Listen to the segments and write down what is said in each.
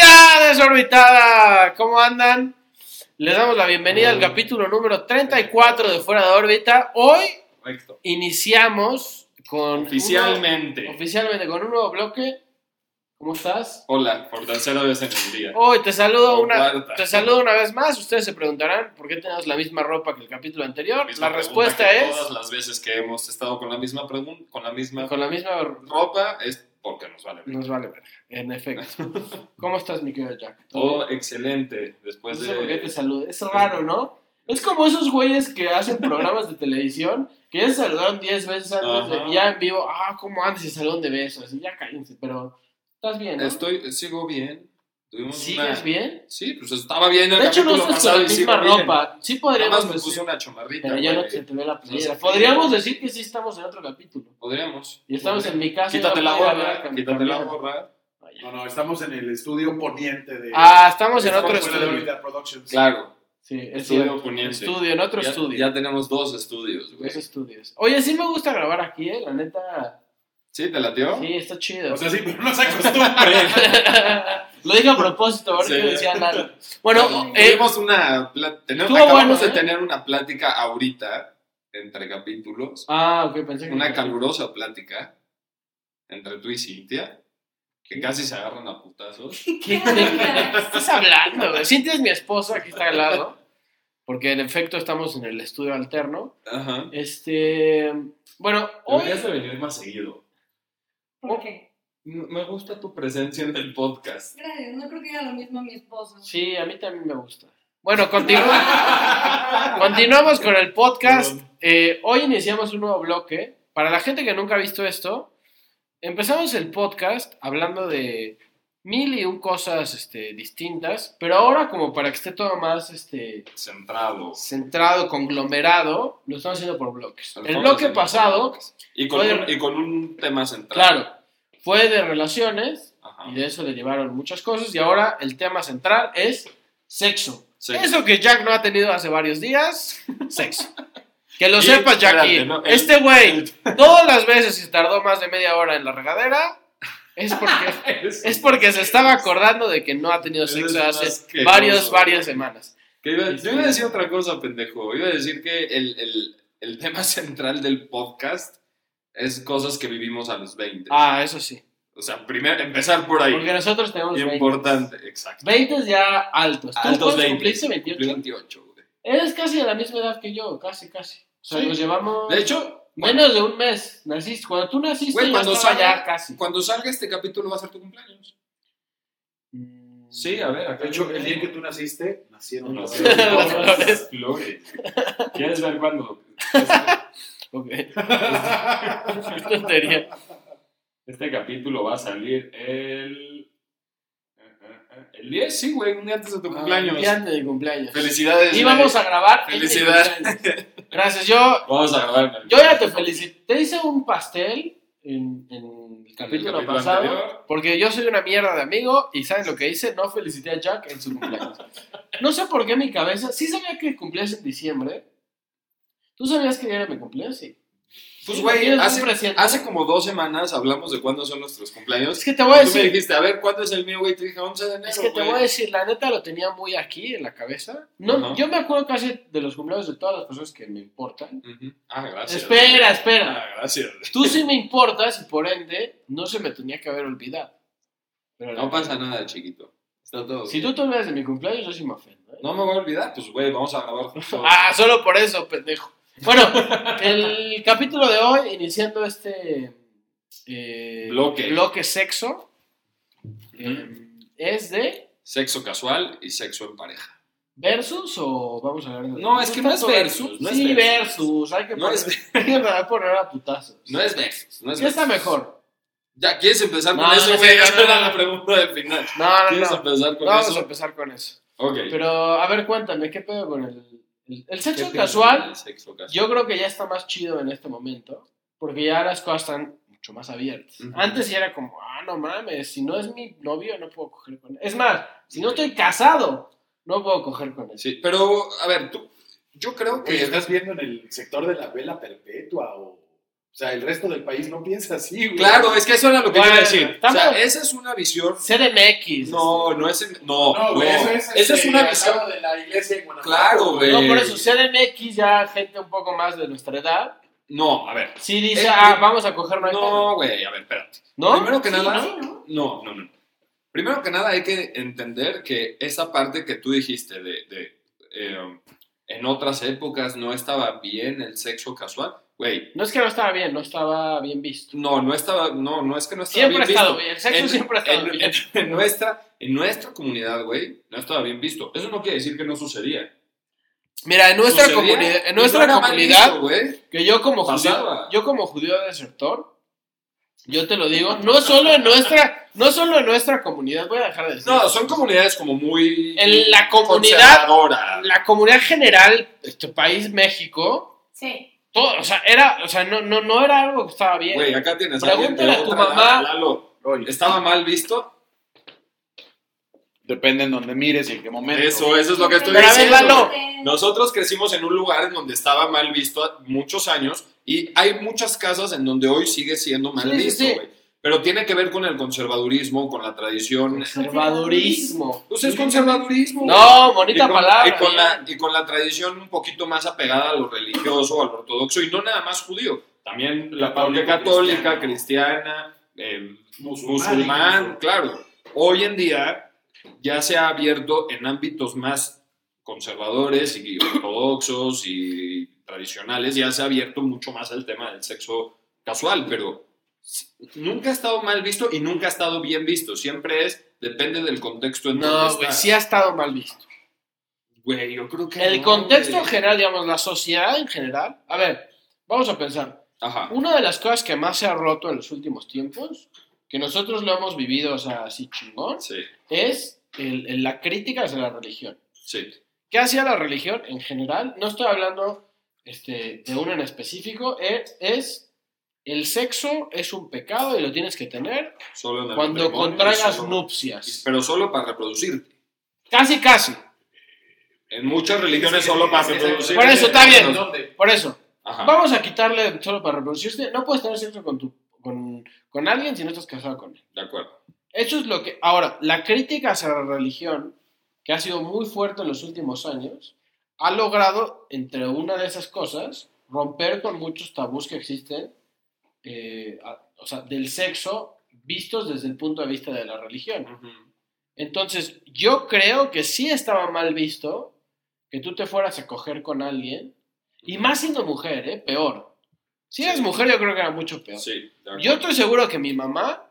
Tierra Orbitada, ¿cómo andan? Les damos la bienvenida al capítulo número 34 de Fuera de Órbita. Hoy Correcto. iniciamos con... Oficialmente. uno- oficialmente con un nuevo bloque. ¿Cómo estás? Hola, por tercera vez en el día. Hoy te saludo, Con una, cuarta. te saludo una vez más. Ustedes se preguntarán por qué tenemos la misma ropa que el capítulo anterior. Misma La pregunta respuesta que es, Todas las veces que hemos estado con la misma pregunta, con la misma con la misma... ropa, es porque nos vale. Nos vale verga, en efecto. ¿Cómo estás, mi querido Jack? Todo excelente. Después No sé por qué te de. saludo. Es raro, ¿no? Es como esos güeyes que hacen programas de televisión que ya se saludaron 10 veces antes de- Ajá. ya en vivo. Ah, ¿cómo antes se saludan de besos? Y ya cállense, pero estás bien. ¿no? Estoy, sigo bien. Tuvimos ¿Sigues una- bien? Sí, pues estaba bien el De hecho, no capítulo estás con pasado la y sigo misma bien. ropa. Sí Nada más podríamos me puse decir, una chamarrita. pero ya no güey. se te ve la No playera. sé. Podríamos decir que sí estamos en otro capítulo. Podríamos. Y estamos en mi casa. y Quítate la voy a hablar gorra, con mi quítate la familia. gorra. No, no, estamos en el estudio poniente de. Ah, estamos en Estamos otro fuera de estudio. Orbita Productions. Claro, Sí, es estudio cierto. poniente. Estudio, en otro ya, estudio. ya tenemos dos estudios, güey. Dos estudios. Oye, sí me gusta grabar aquí, ¿eh? La neta. ¿Sí? ¿Te latió? Sí, está chido. O sea, sí, pero no se acostumbra. Lo dije a propósito, ahorita Sí. decía Lalo. Bueno, eh, tuvimos una pla- ten- estuvo acabamos bueno, de ¿eh? tener una plática ahorita entre capítulos, ah, ok, pensé que. una calurosa plática entre tú y Cintia, que casi se agarran a putazos. ¿Qué, de- qué estás hablando? güey? Cintia es mi esposa, aquí está al lado. Porque en efecto estamos en el estudio alterno. Ajá. Este. Bueno, hoy. Deberías de venir más seguido. ¿Por ¿Por qué? M- Me gusta tu presencia en el podcast. Gracias, no creo que diga lo mismo a mi esposo. Oh. Sí, a mí también me gusta. Bueno, continu- continuamos con el podcast. Eh, hoy iniciamos un nuevo bloque. Para la gente que nunca ha visto esto, empezamos el podcast hablando de mil y un cosas este, distintas, pero ahora como para que esté todo más este, Centrado. centrado, conglomerado, lo estamos haciendo por bloques. El Estamos bloque haciendo pasado, bloques. Y con, Oye, un, y con un tema central. claro, fue de relaciones Ajá. y de eso derivaron muchas cosas y ahora el tema central es sexo. Sí. Eso que Jack no ha tenido hace varios días, sexo. Que lo Y, sepas, Jackie. espérate, ¿no? El- este güey, el- todas las veces que tardó más de media hora en la regadera, es porque, es porque se estaba acordando de que no ha tenido Eso sexo es hace asqueroso. varios, varias semanas. Que iba- Este- yo iba a decir otra cosa, pendejo. Iba a decir que el, el- el tema central del podcast es cosas que vivimos a los 20. Ah, eso sí. O sea, primero, empezar por Porque ahí. nosotros tenemos 20. Importante, exacto. 20 ya altos. ¿Tú Altos cuántos 20. cumpliste? Cumplí 28. 28, güey. Eres casi de la misma edad que yo, casi, casi. O sea, Sí. nos llevamos De hecho, menos de un mes. Naciste. Cuando tú naciste, Güey, yo cuando estaba salga- ya casi. cuando salga este capítulo va a ser tu cumpleaños. Sí, a ver, acá. De hecho, el día que tú naciste, nacieron No, las sí. Las flores. flores. ¿Quieres ver cuándo? Ok. Tontería. Este capítulo va a salir el. eh, El 10, sí, güey, un día antes de tu cumpleaños. Un día antes de mi cumpleaños. Ah, Felicidades. Y vamos güey. a grabar. en mi Felicidades. cumpleaños. Gracias. Yo, Vamos a grabar. en el- yo ya te felicité. Te hice un pastel en, en el capítulo capítulo pasado. anterior. Porque yo soy una mierda de amigo y ¿saben lo que hice? No felicité a Jack en su cumpleaños. No sé por qué mi cabeza. Sí sabía que cumplías en diciembre. ¿Tú sabías que era mi cumpleaños? Sí. Pues, Sí, güey, ¿tienes un hace, presente? hace como dos semanas hablamos de cuándo son nuestros cumpleaños. Es que te voy a tú me decir. dijiste, a ver, ¿cuándo es el mío, güey? Te dije, 11 de enero. Es que te güey. voy a decir, la neta lo tenía muy aquí en la cabeza. No, Ajá. yo me acuerdo casi de los cumpleaños de todas las personas que me importan. Ujú. Ah, gracias. espera, espera. Ah, gracias. Tú sí me importas y por ende no se me tenía que haber olvidado. Pero la- No pasa nada, chiquito. Está todo. Si bien. tú te olvidas de mi cumpleaños, yo sí me ofendo. ¿eh? No me voy a olvidar, pues, güey, vamos a grabar juntos. Ah, solo por eso, pendejo. Bueno, el capítulo de hoy, iniciando este eh, Bloque. sexo, eh, es de Sexo casual y sexo en pareja. versus o vamos a hablar de... No, es que no es tanto versus, no es sí, versus. versus. Hay que No poner, es ver- hay que poner- poner a putazos. No es versus. No es ¿Qué está versus. mejor? Ya, ¿quieres empezar No, con eso, no, güey? no, no, Esa era no. la pregunta del final. No, no, ¿Quieres no. empezar con Vamos a eso? empezar con eso. Ok. Pero, a ver, cuéntame, ¿qué pedo con el, el, el ¿Qué sexo piensas casual? del sexo casual? Yo creo que ya está más chido en este momento, porque ya las cosas están mucho más abiertas. Ujú. Antes ya era como, ah, no mames, si no es mi novio, no puedo coger con él. Es más, si no estoy casado, no puedo coger con él. Sí, pero, a ver, tú. Yo creo que. Oye, ¿Estás viendo en el sector de la vela perpetua o.? O sea, el resto del país no piensa así, güey. Claro, es que eso era lo que Bueno, iba a decir. O sea, tampoco- esa es una visión. CDMX. No, no es. No, No, güey, no. eso es, Esa es este, una al visión. lado de la iglesia en Guanajuato. Claro, güey. No, por eso, CDMX ya gente un poco más de nuestra edad, No, a ver. sí dice, Eh, ah, eh, vamos a coger una No, güey, a ver, espérate. ¿No? Primero que Sí, nada. sí, ¿no? No, no, no. Primero que nada hay que entender que esa parte que tú dijiste de, de, eh, en otras épocas no estaba bien el sexo casual, güey, No es que no estaba bien, no estaba bien visto. no, no estaba, no, no es que no estaba Siempre ha bien estado visto. bien, el sexo En- siempre ha estado en- bien. en- en nuestra, en nuestra comunidad, güey, no estaba bien visto. Eso no quiere decir que no sucedía. Mira, en nuestra, Sucedía comunidad, y en no nuestra era mal comunidad, visto, güey. que yo como judío, Pasaba. yo como judío desertor, yo te lo digo, no solo en nuestra, no solo en nuestra comunidad, voy a dejar de decir. No, son comunidades como muy en la comunidad, conservadoras. la comunidad general, de este país México, Sí. todo, o sea, era, o sea, no, no, no era algo que estaba bien. Güey, acá tienes Pregúntale alguien de a tu otra edad, mamá. Lalo, Oye, ¿Estaba mal visto? depende en donde mires y en qué momento. Eso, eso es lo que estoy Pero a ver, diciendo. Lalo. Nosotros crecimos en un lugar en donde estaba mal visto muchos años y hay muchas casas en donde hoy sigue siendo mal Sí, sí, visto, sí. güey. Pero tiene que ver con el conservadurismo, con la tradición. Conservadurismo. Pues es conservadurismo. güey. No, Y bonita con, palabra. y, con la, bien. y con la tradición un poquito más apegada a lo religioso, al ortodoxo y no nada más judío. También la parte Católico, católica, cristiano. cristiana, eh, Musulmán, musulmán, incluso. claro. Hoy en día ya se ha abierto en ámbitos más conservadores y ortodoxos y tradicionales, ya se ha abierto mucho más el tema del sexo casual, pero s- nunca ha estado mal visto y nunca ha estado bien visto, siempre es, depende del contexto en donde No, güey, estás. sí ha estado mal visto. Güey, yo creo que El no, contexto güey. en general, digamos, la sociedad en general. A ver, vamos a pensar. Ajá. Una de las cosas que más se ha roto en los últimos tiempos, que nosotros lo hemos vivido, o sea, así chingón, Sí, es el- el- la crítica hacia la religión. sí. ¿Qué hacía la religión en general? No estoy hablando este, de uno en específico, es, es el sexo es un pecado y lo tienes que tener Solo en el cuando matrimonio, contraigas solo- nupcias. Pero solo para reproducirte. Casi, casi. En muchas religiones Sí, solo sí, para sí, sí. reproducirte. Por eso está bien. ¿En dónde? Por eso, Ajá. vamos a quitarle solo para reproducirse. No puedes tener sexo con, tu, con, con alguien si no estás casado con él. De acuerdo. Eso es lo que... Ahora, la crítica hacia la religión, que ha sido muy fuerte en los últimos años, ha logrado, entre una de esas cosas, romper con muchos tabús que existen, eh, a- o sea, del sexo vistos desde el punto de vista de la religión. Entonces, yo creo que sí estaba mal visto que tú te fueras a coger con alguien, y más siendo mujer, ¿eh? Peor. Si eres Sí. mujer, yo creo que era mucho peor. Sí, de acuerdo. Yo estoy seguro que mi mamá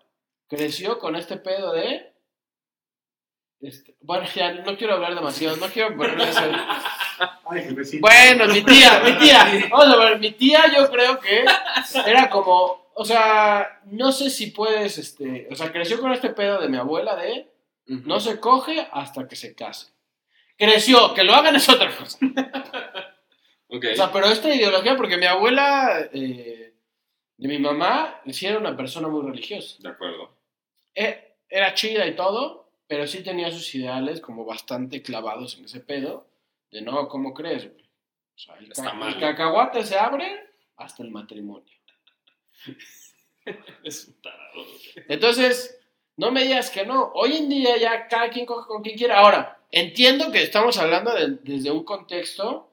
creció con este pedo de. este, bueno, ya no quiero hablar demasiado, no quiero ponerme eso. Ay, jefecito. Bueno, mi tía, mi tía. Vamos a ver, mi tía yo creo que era como. O sea, no sé si puedes, este. O sea, creció con este pedo de mi abuela de Ujú. no se coge hasta que se case. Creció, que lo hagan es otra cosa. Ok. O sea, pero esta ideología, porque mi abuela eh, de mi mamá sí era una persona muy religiosa. De acuerdo. Eh, era chida y todo, pero sí tenía sus ideales como bastante clavados en ese pedo. De no, ¿cómo crees? güey? O sea, el, Está ca- mal. el cacahuate se abre hasta el matrimonio. Es un tarado. Entonces, no me digas que no. Hoy en día ya cada quien coge con quien quiera. Ahora, entiendo que estamos hablando de- desde un contexto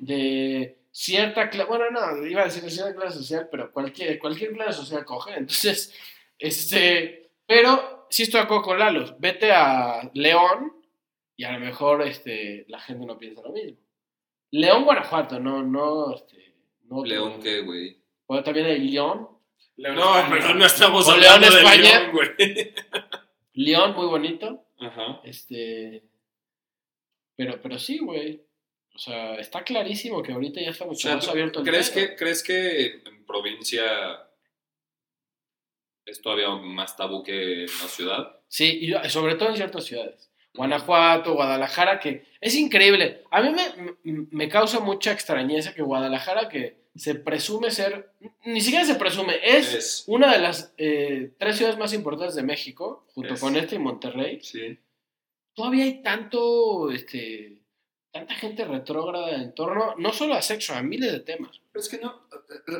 de cierta clase, bueno, no, iba a decir de cierta clase social, pero cualquier, cualquier clase social coge. Entonces, este, pero sí estoy de acuerdo con Lalo, vete a León y a lo mejor este, la gente no piensa lo mismo. León, Guanajuato, no, no, este, no. León, ¿qué, güey? Bueno, también hay León. León. no estamos O hablando León, de España. León, güey. León, muy bonito. Ajá. Este, pero, pero sí, güey. O sea, está clarísimo que ahorita ya está O mucho sea, más ¿tú abierto el ¿crees pedo. que, ¿crees que en provincia es todavía más tabú que en la ciudad? Sí, y sobre todo en ciertas ciudades. Guanajuato, Guadalajara, que es increíble. A mí me, me- me causa mucha extrañeza que Guadalajara, que se presume ser, ni siquiera se presume, es, Es. una de las eh, tres ciudades más importantes de México, junto Es. con esta y Monterrey, Sí. todavía hay tanto, este, tanta gente retrógrada en torno, no solo a sexo, a miles de temas. Pero es que no,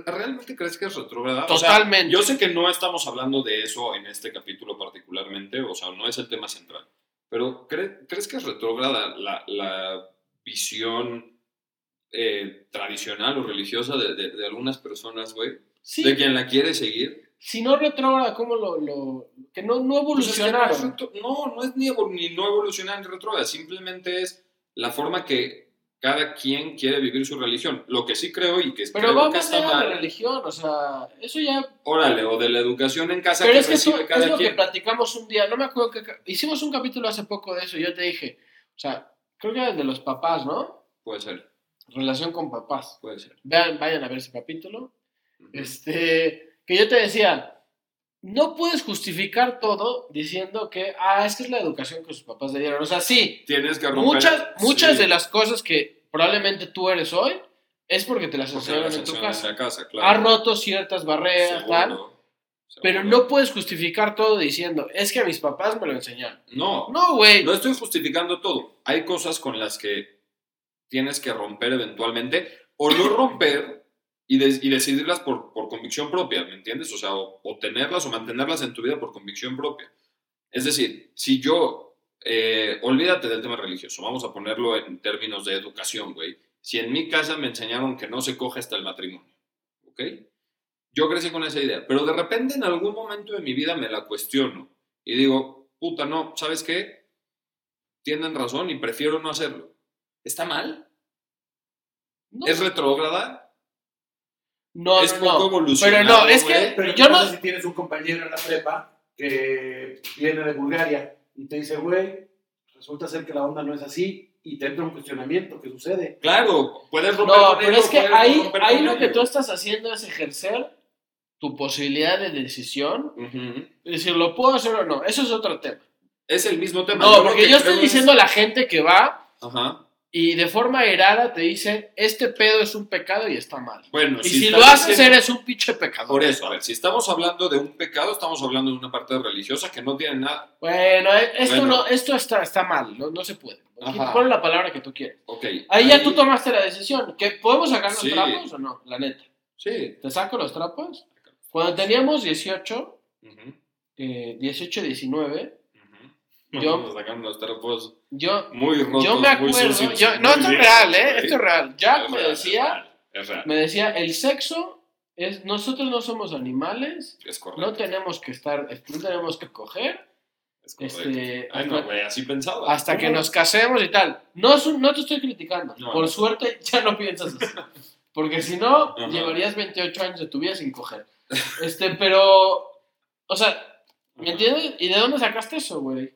¿realmente crees que es retrógrada? O sea, Totalmente. yo sé que no estamos hablando de eso en este capítulo particularmente, o sea, no es el tema central, pero ¿cre- ¿crees que es retrógrada la, la visión eh, tradicional o religiosa de, de- de algunas personas, güey? Sí, De quien la quiere seguir. si no retrógrada, ¿cómo lo, lo- que no, no Pues es que no es evolucionaron? retro- no, no es ni, evo- ni no evolucionar ni retrógrada, simplemente es la forma que cada quien quiere vivir su religión. Lo que sí creo y que Pero creo va que más está allá de mal. la religión, o sea, eso ya Órale, o de la educación en casa Pero que es que recibe eso cada es lo que quien. platicamos un día. No me acuerdo que hicimos un capítulo hace poco de eso. y Yo te dije, o sea, creo que era el de los papás, ¿no? Puede ser, Relación con papás. puede ser. Vean, vayan a ver ese capítulo. Ujú. Este, que yo te decía, no puedes justificar todo diciendo que, ah, es que es la educación que sus papás le dieron. O sea, sí, Tienes que romper. muchas, muchas sí, de las cosas que probablemente tú eres hoy es porque te las porque la enseñaron en tu sanción es casa. la casa, Has claro. roto ciertas barreras, Seguro, tal. seguro. Pero no puedes justificar todo diciendo, es que a mis papás me lo enseñaron. No, No, güey. no estoy justificando todo. Hay cosas con las que tienes que romper eventualmente o no romper y, des- y decidirlas por, por convicción propia, ¿me entiendes? O sea, o, o tenerlas o mantenerlas en tu vida por convicción propia. Es decir, si yo, eh, olvídate del tema religioso, vamos a ponerlo en términos de educación, güey. Si en mi casa me enseñaron que no se coge hasta el matrimonio, ¿ok? Yo crecí con esa idea, pero de repente en algún momento de mi vida me la cuestiono y digo, puta, no, ¿sabes qué? tienen razón y prefiero no hacerlo. ¿Está mal? No, ¿Es retrógrada? no, ¿Es no, poco no. evolucionado? Pero no, es güey? que- Pero Yo yo no- no sé si tienes un compañero en la prepa que viene de Bulgaria y te dice, güey, resulta ser que la onda no es así y te entra un cuestionamiento que sucede. Claro, puedes romper No, con pero ello, es que puedes ahí, romper ahí con lo que ello. tú estás haciendo es ejercer tu posibilidad de decisión. Ujú. Es decir, ¿lo puedo hacer o no? Eso es otro tema. Es el mismo tema. No, lo porque que creo yo estoy es- diciendo a la gente que va Ajá. y de forma errada te dice, este pedo es un pecado y está mal. Bueno, Y si lo estamos haces, en- eres un pinche pecador. Por eso, a ver, si estamos hablando de un pecado, estamos hablando de una parte religiosa que no tiene nada. Bueno, eh, esto, Bueno. No, esto está, está mal, no, no se puede. Aquí Ajá. Pon la palabra que tú quieres. Ok. Ahí, ya tú tomaste la decisión. ¿Que ¿Podemos sacar los Sí. trapos o no? La neta. Sí. ¿Te saco los trapos? Cuando teníamos 18, Ujú, eh, 18, 19, ujú. Yo- Nos sacaron los trapos yo, muy rotos, yo me muy acuerdo, sucios, yo- muy no, esto es viejos, real, ¿eh? güey. Esto es real. Jack Es me real, es decía, real, Es real, me decía, el sexo es, nosotros no somos animales, es correcto. no tenemos que estar, no tenemos que coger, es correcto. este, Ay, no, hasta, güey, así pensaba. hasta que No, nos casemos y tal. No, es un- no te estoy criticando, No. por suerte ya no piensas así. Porque si no, Ajá. llevarías 28 años de tu vida sin coger. Este, pero, o sea, ¿Me entiendes? ¿Y de dónde sacaste eso, güey?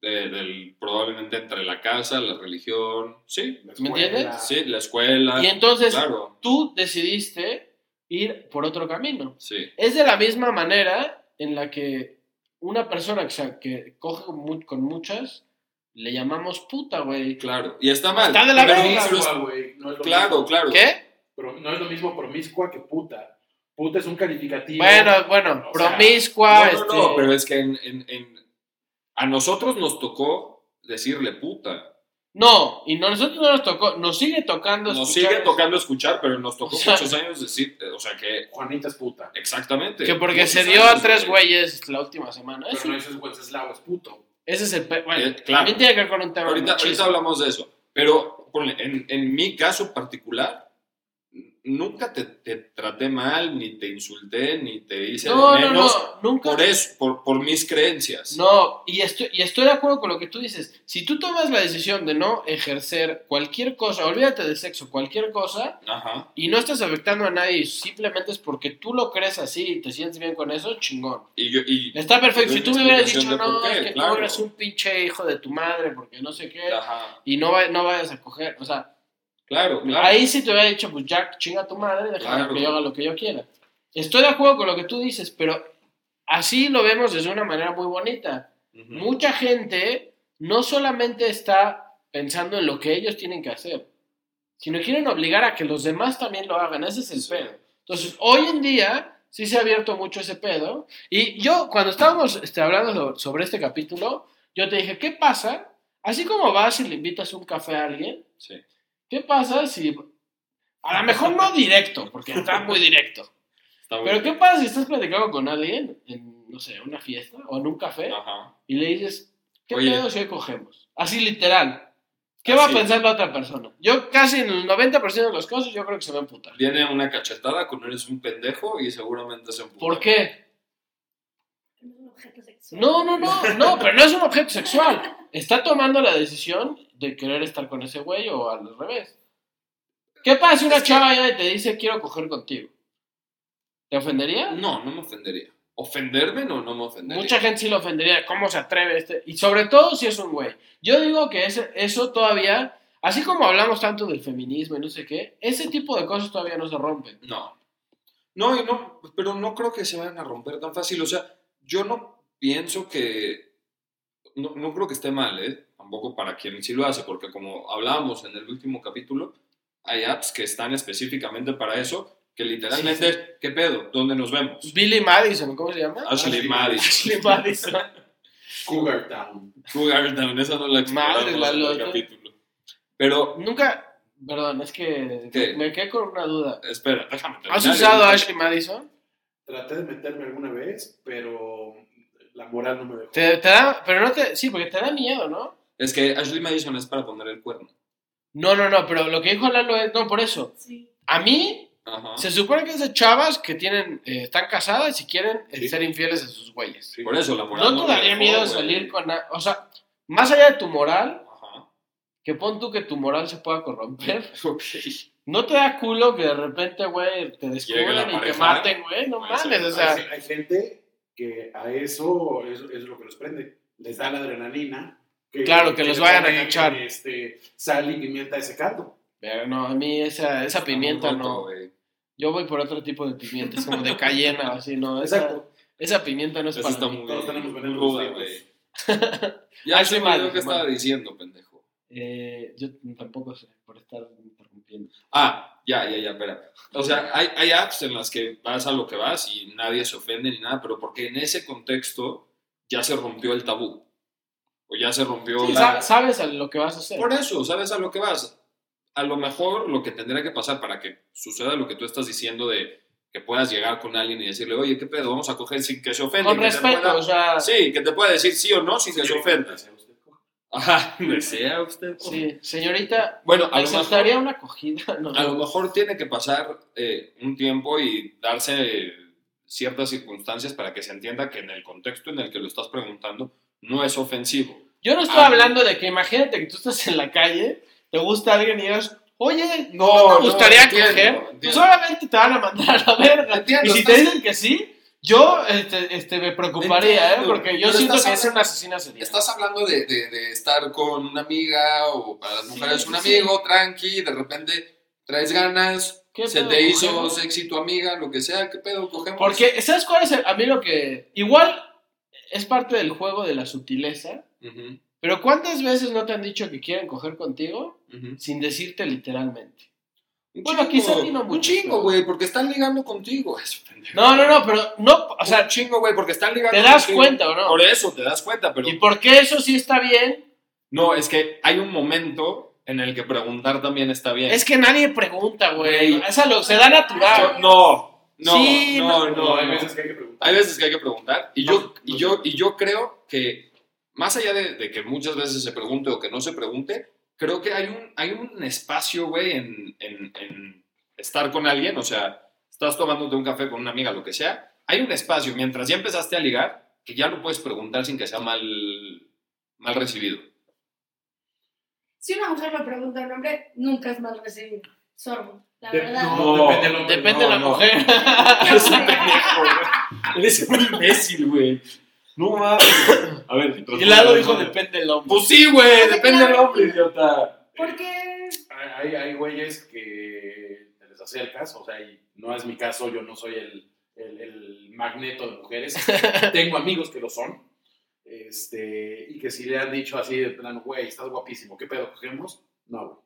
de- del, probablemente entre la casa, la religión, sí, ¿Me entiendes? sí, la escuela, Ah. Y entonces claro, tú decidiste ir por otro camino. sí, Es de la misma manera en la que una persona que, sa- que coge con, mu- con muchas le llamamos puta, güey. claro, y está mal. Está de la Pero- verga, pero es- Promiscua, güey, no es lo Claro, mismo. claro. ¿Qué? Pro- No es lo mismo promiscua que puta. Puta es un calificativo. Bueno, bueno, O sea, promiscua, No, no, este, no, pero es que en, en- en- a nosotros nos tocó decirle puta. no, y no- nosotros no nos tocó, nos sigue tocando Nos escuchar sigue eso. tocando escuchar, pero nos tocó O sea- muchos años decir, eh, o sea que, Juanita es puta. exactamente. Que porque muchos se dio a años, tres güey. güeyes la última semana. Pero Eso- no dices Wenceslao, es puto. ese es el... pe- Bueno, Eh, claro. también tiene que ver con un tema Ahorita, machista. ahorita hablamos de eso. Pero ponle, en, en mi caso particular, n- nunca te, te traté mal, ni te insulté, ni te hice No, de no, menos. no, nunca... Por eso, por, por mis creencias. No, y estoy, y estoy de acuerdo con lo que tú dices. Si tú tomas la decisión de no ejercer cualquier cosa, olvídate del sexo, cualquier cosa, Ajá. y no estás afectando a nadie, simplemente es porque tú lo crees así y te sientes bien con eso, chingón. Y yo, y, Está Pero perfecto. Si es tú una me hubieras explicación dicho, de por no, qué, es que claro. tú eres un pinche hijo de tu madre, porque no sé qué, ajá. y no, va- no vayas a coger, o sea, Claro, claro. Ahí sí te hubiera dicho, pues Jack, chinga a tu madre, déjame Claro. que yo haga lo que yo quiera. Estoy de acuerdo con lo que tú dices, pero así lo vemos desde una manera muy bonita. Ujú. Mucha gente no solamente está pensando en lo que ellos tienen que hacer, sino quieren obligar a que los demás también lo hagan. Ese es el Sí. pedo. Entonces, hoy en día sí se ha abierto mucho ese pedo. Y yo, cuando estábamos este, hablando so- sobre este capítulo, yo te dije, ¿qué pasa? Así como vas y le invitas un café a alguien, Sí. ¿qué pasa si A lo mejor no directo, porque está muy directo. Está muy Pero ¿qué pasa si estás platicando con alguien en, no sé, una fiesta o en un café Ajá. y le dices, ¿qué Oye. pedo si hoy cogemos? Así literal. ¿Qué va a Así. pensar la otra persona? Yo casi en el 90% de los casos yo creo que se va a emputar. Viene una cachetada con eres un pendejo y seguramente se emputa. ¿Por qué? Es un objeto sexual. No, no, no, no, pero no es un objeto sexual. Está tomando la decisión de querer estar con ese güey o al revés. ¿Qué pasa si una chava llega y te dice, quiero coger contigo? ¿Te ofendería? No, no me ofendería. ¿Ofenderme? No, no me ofendería. Mucha gente sí lo ofendería. ¿Cómo se atreve este? Y sobre todo si es un güey. Yo digo que ese- eso todavía, así como hablamos tanto del feminismo y no sé qué, ese tipo de cosas todavía no se rompen. No. No, y no, pero no creo que se vayan a romper tan fácil. O sea, yo no pienso que. No, no creo que esté mal, ¿eh? Tampoco para quien sí lo hace, porque como hablábamos en el último capítulo, hay apps que están específicamente para eso, que literalmente, es, ¿qué pedo? ¿Dónde nos vemos? Billy Madison, ¿cómo se llama? Ashley Ashley. Madison. Billy Madison. Cougar Town. Cougar Town, esa no la exploramos Madre, la en el loca. capítulo. Pero, Nunca, perdón, es que ¿Qué? me quedé con una duda. espera, déjame terminar. ¿Has usado a Ashley Madison? Traté de meterme alguna vez, pero la moral no me dejó. Te, te da, pero no te, sí, porque te da miedo, ¿no? Es que Ashley Madison es para poner el cuerno. No, no, no, pero lo que dijo Lalo es, no, por eso. Sí. A mí, Ajá. se supone que es de chavas que tienen, eh, están casadas y quieren eh, Sí. ser infieles a sus güeyes. Sí. Por eso la moral. ¿No te me daría dejó, miedo güey. salir con... a- O sea, más allá de tu moral, Ajá. que pon tú que tu moral se pueda corromper, Ok. ¿no te da culo que de repente, güey, te la descubran y te pareja. maten, güey? No Puede ser. mames, o Hay- sea... hay, gente que a eso es, es lo que los prende. Les da la adrenalina. Claro, que los les vayan a ponen, cachar. Este, sal y pimienta de ese caldo. Pero no, a mí esa, esa pimienta Está muy roto, no. güey. Yo voy por otro tipo de pimientas, como de cayena o así, no. Esa, Exacto. esa pimienta no es Eso está para muy mí. Todos tenemos muy venenos ruda, distintos. güey. Ya Así se me mal, olvidó que mal. estaba diciendo, pendejo. Eh, yo tampoco sé, por estar interrumpiendo. Ah, ya, ya, ya, espera. O sea, hay, hay apps en las que vas a lo que vas y nadie se ofende ni nada, pero porque en ese contexto ya se rompió el tabú. O ya se rompió Sí, la- sa- sabes a lo que vas a hacer. Por eso, ¿sabes a lo que vas? A lo mejor lo que tendría que pasar para que suceda lo que tú estás diciendo de que puedas llegar con alguien y decirle, oye, ¿qué pedo? Vamos a coger sin que se ofenda. Con y que te respeto, pueda- o sea... Ah, Sí, que te pueda decir sí o no sin que se ofenda. Ajá, desea usted. Sí, señorita, Bueno, a lo, ¿aceptaría mejor, una acogida? No, a lo mejor tiene que pasar eh, un tiempo y darse eh, ciertas circunstancias para que se entienda que en el contexto en el que lo estás preguntando no es ofensivo. Yo no estoy Ah. hablando de que imagínate que tú estás en la calle, te gusta alguien y digas, oye, No, ¿no te no, gustaría entiendo, coger? entiendo. Pues obviamente te van a mandar a la verga. Entiendo, y si estás- te dicen que sí, yo este, este, me preocuparía, ¿eh? Entiendo, Porque yo pero estás siento que es hablando- una asesina serial. Estás hablando de, de- de estar con una amiga o para las Sí, mujeres un sí. amigo, tranqui, de repente traes ganas, ¿Qué se pedo, te hizo cogemos? sexy tu amiga, lo que sea, ¿qué pedo cogemos? Porque, ¿sabes cuál es el- a mí lo que... Igual es parte del juego de la sutileza, Ujú, pero ¿cuántas veces no te han dicho que quieren coger contigo ujú. sin decirte literalmente? Un Bueno, quizá a ti no un mucho, chingo, pero- güey, porque están ligando contigo. Eso, pendejo. No, no, no, pero no, o O sea, sea, un chingo, güey, porque están ligando ¿te das contigo. cuenta o no? Por eso te das cuenta, pero ¿Y por qué eso sí está bien? no, es que hay un momento en el que preguntar también está bien. Es que nadie pregunta, güey. Güey. Esa lo, se da Yo- natural. no, no, Sí, no, no, no, No, hay no. veces que hay que preguntar. Hay veces que hay que preguntar. Y No, yo, no y sé. yo, y yo creo que, más allá de, de que muchas veces se pregunte o que no se pregunte, creo que hay un, hay un espacio, güey, en, en- en estar con alguien. O sea, estás tomándote un café con una amiga, lo que sea. Hay un espacio, mientras ya empezaste a ligar, que ya lo puedes preguntar sin que sea mal, mal recibido. Si una mujer le pregunta a un hombre, nunca es mal recibido. Sorbo. La De- verdad. no, depende del hombre. Depende No, de la no. mujer. Eres un pendejo, güey. Eres un imbécil, güey. No mames. A ver, Y Lalo dijo depende del hombre. Pues sí, güey, depende del hombre, idiota. Porque Hay, hay güeyes que te les acercas, o sea, y no es mi caso, yo no soy el, el- el magneto de mujeres. Tengo amigos que lo son. Este, y que si le han dicho así de plano, güey, estás guapísimo, ¿qué pedo cogemos? No, güey.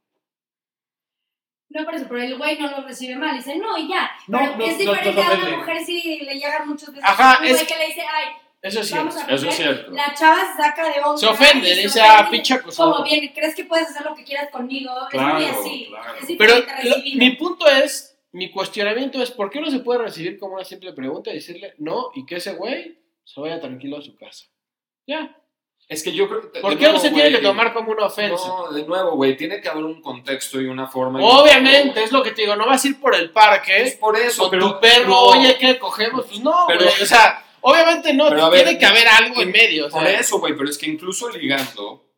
No, por eso, pero el güey no lo recibe mal. Dice, no, y ya. No, pero no, es no, diferente no, no, a una no. mujer si le llegan muchos besos. Ajá, un güey es- que le dice, ay, Eso es Vamos cierto. a Eso es cierto. La chava se saca de onda. Se ofende, y se dice, ah, ofende. pinche Como acosado. bien, crees que puedes hacer lo que quieras conmigo. Claro, es muy así. claro. Es Pero diferente lo- recibirlo. mi punto es, mi cuestionamiento es, ¿por qué no se puede recibir como una simple pregunta y decirle no y que ese güey se vaya tranquilo a su casa? Ya. Es que yo creo que. ¿Por de qué no nuevo, se tiene güey, que tomar como una ofensa? No, de nuevo, güey, tiene que haber un contexto y una forma. y un- Obviamente, es lo que te digo, no vas a ir por el Es parque por eso, con pero. tu perro, no, oye, ¿qué cogemos? Pues no, Pero- güey, o sea, obviamente no, Pero a ver, tiene que haber algo en medio. o sea, Por eso, güey, pero es que incluso ligando,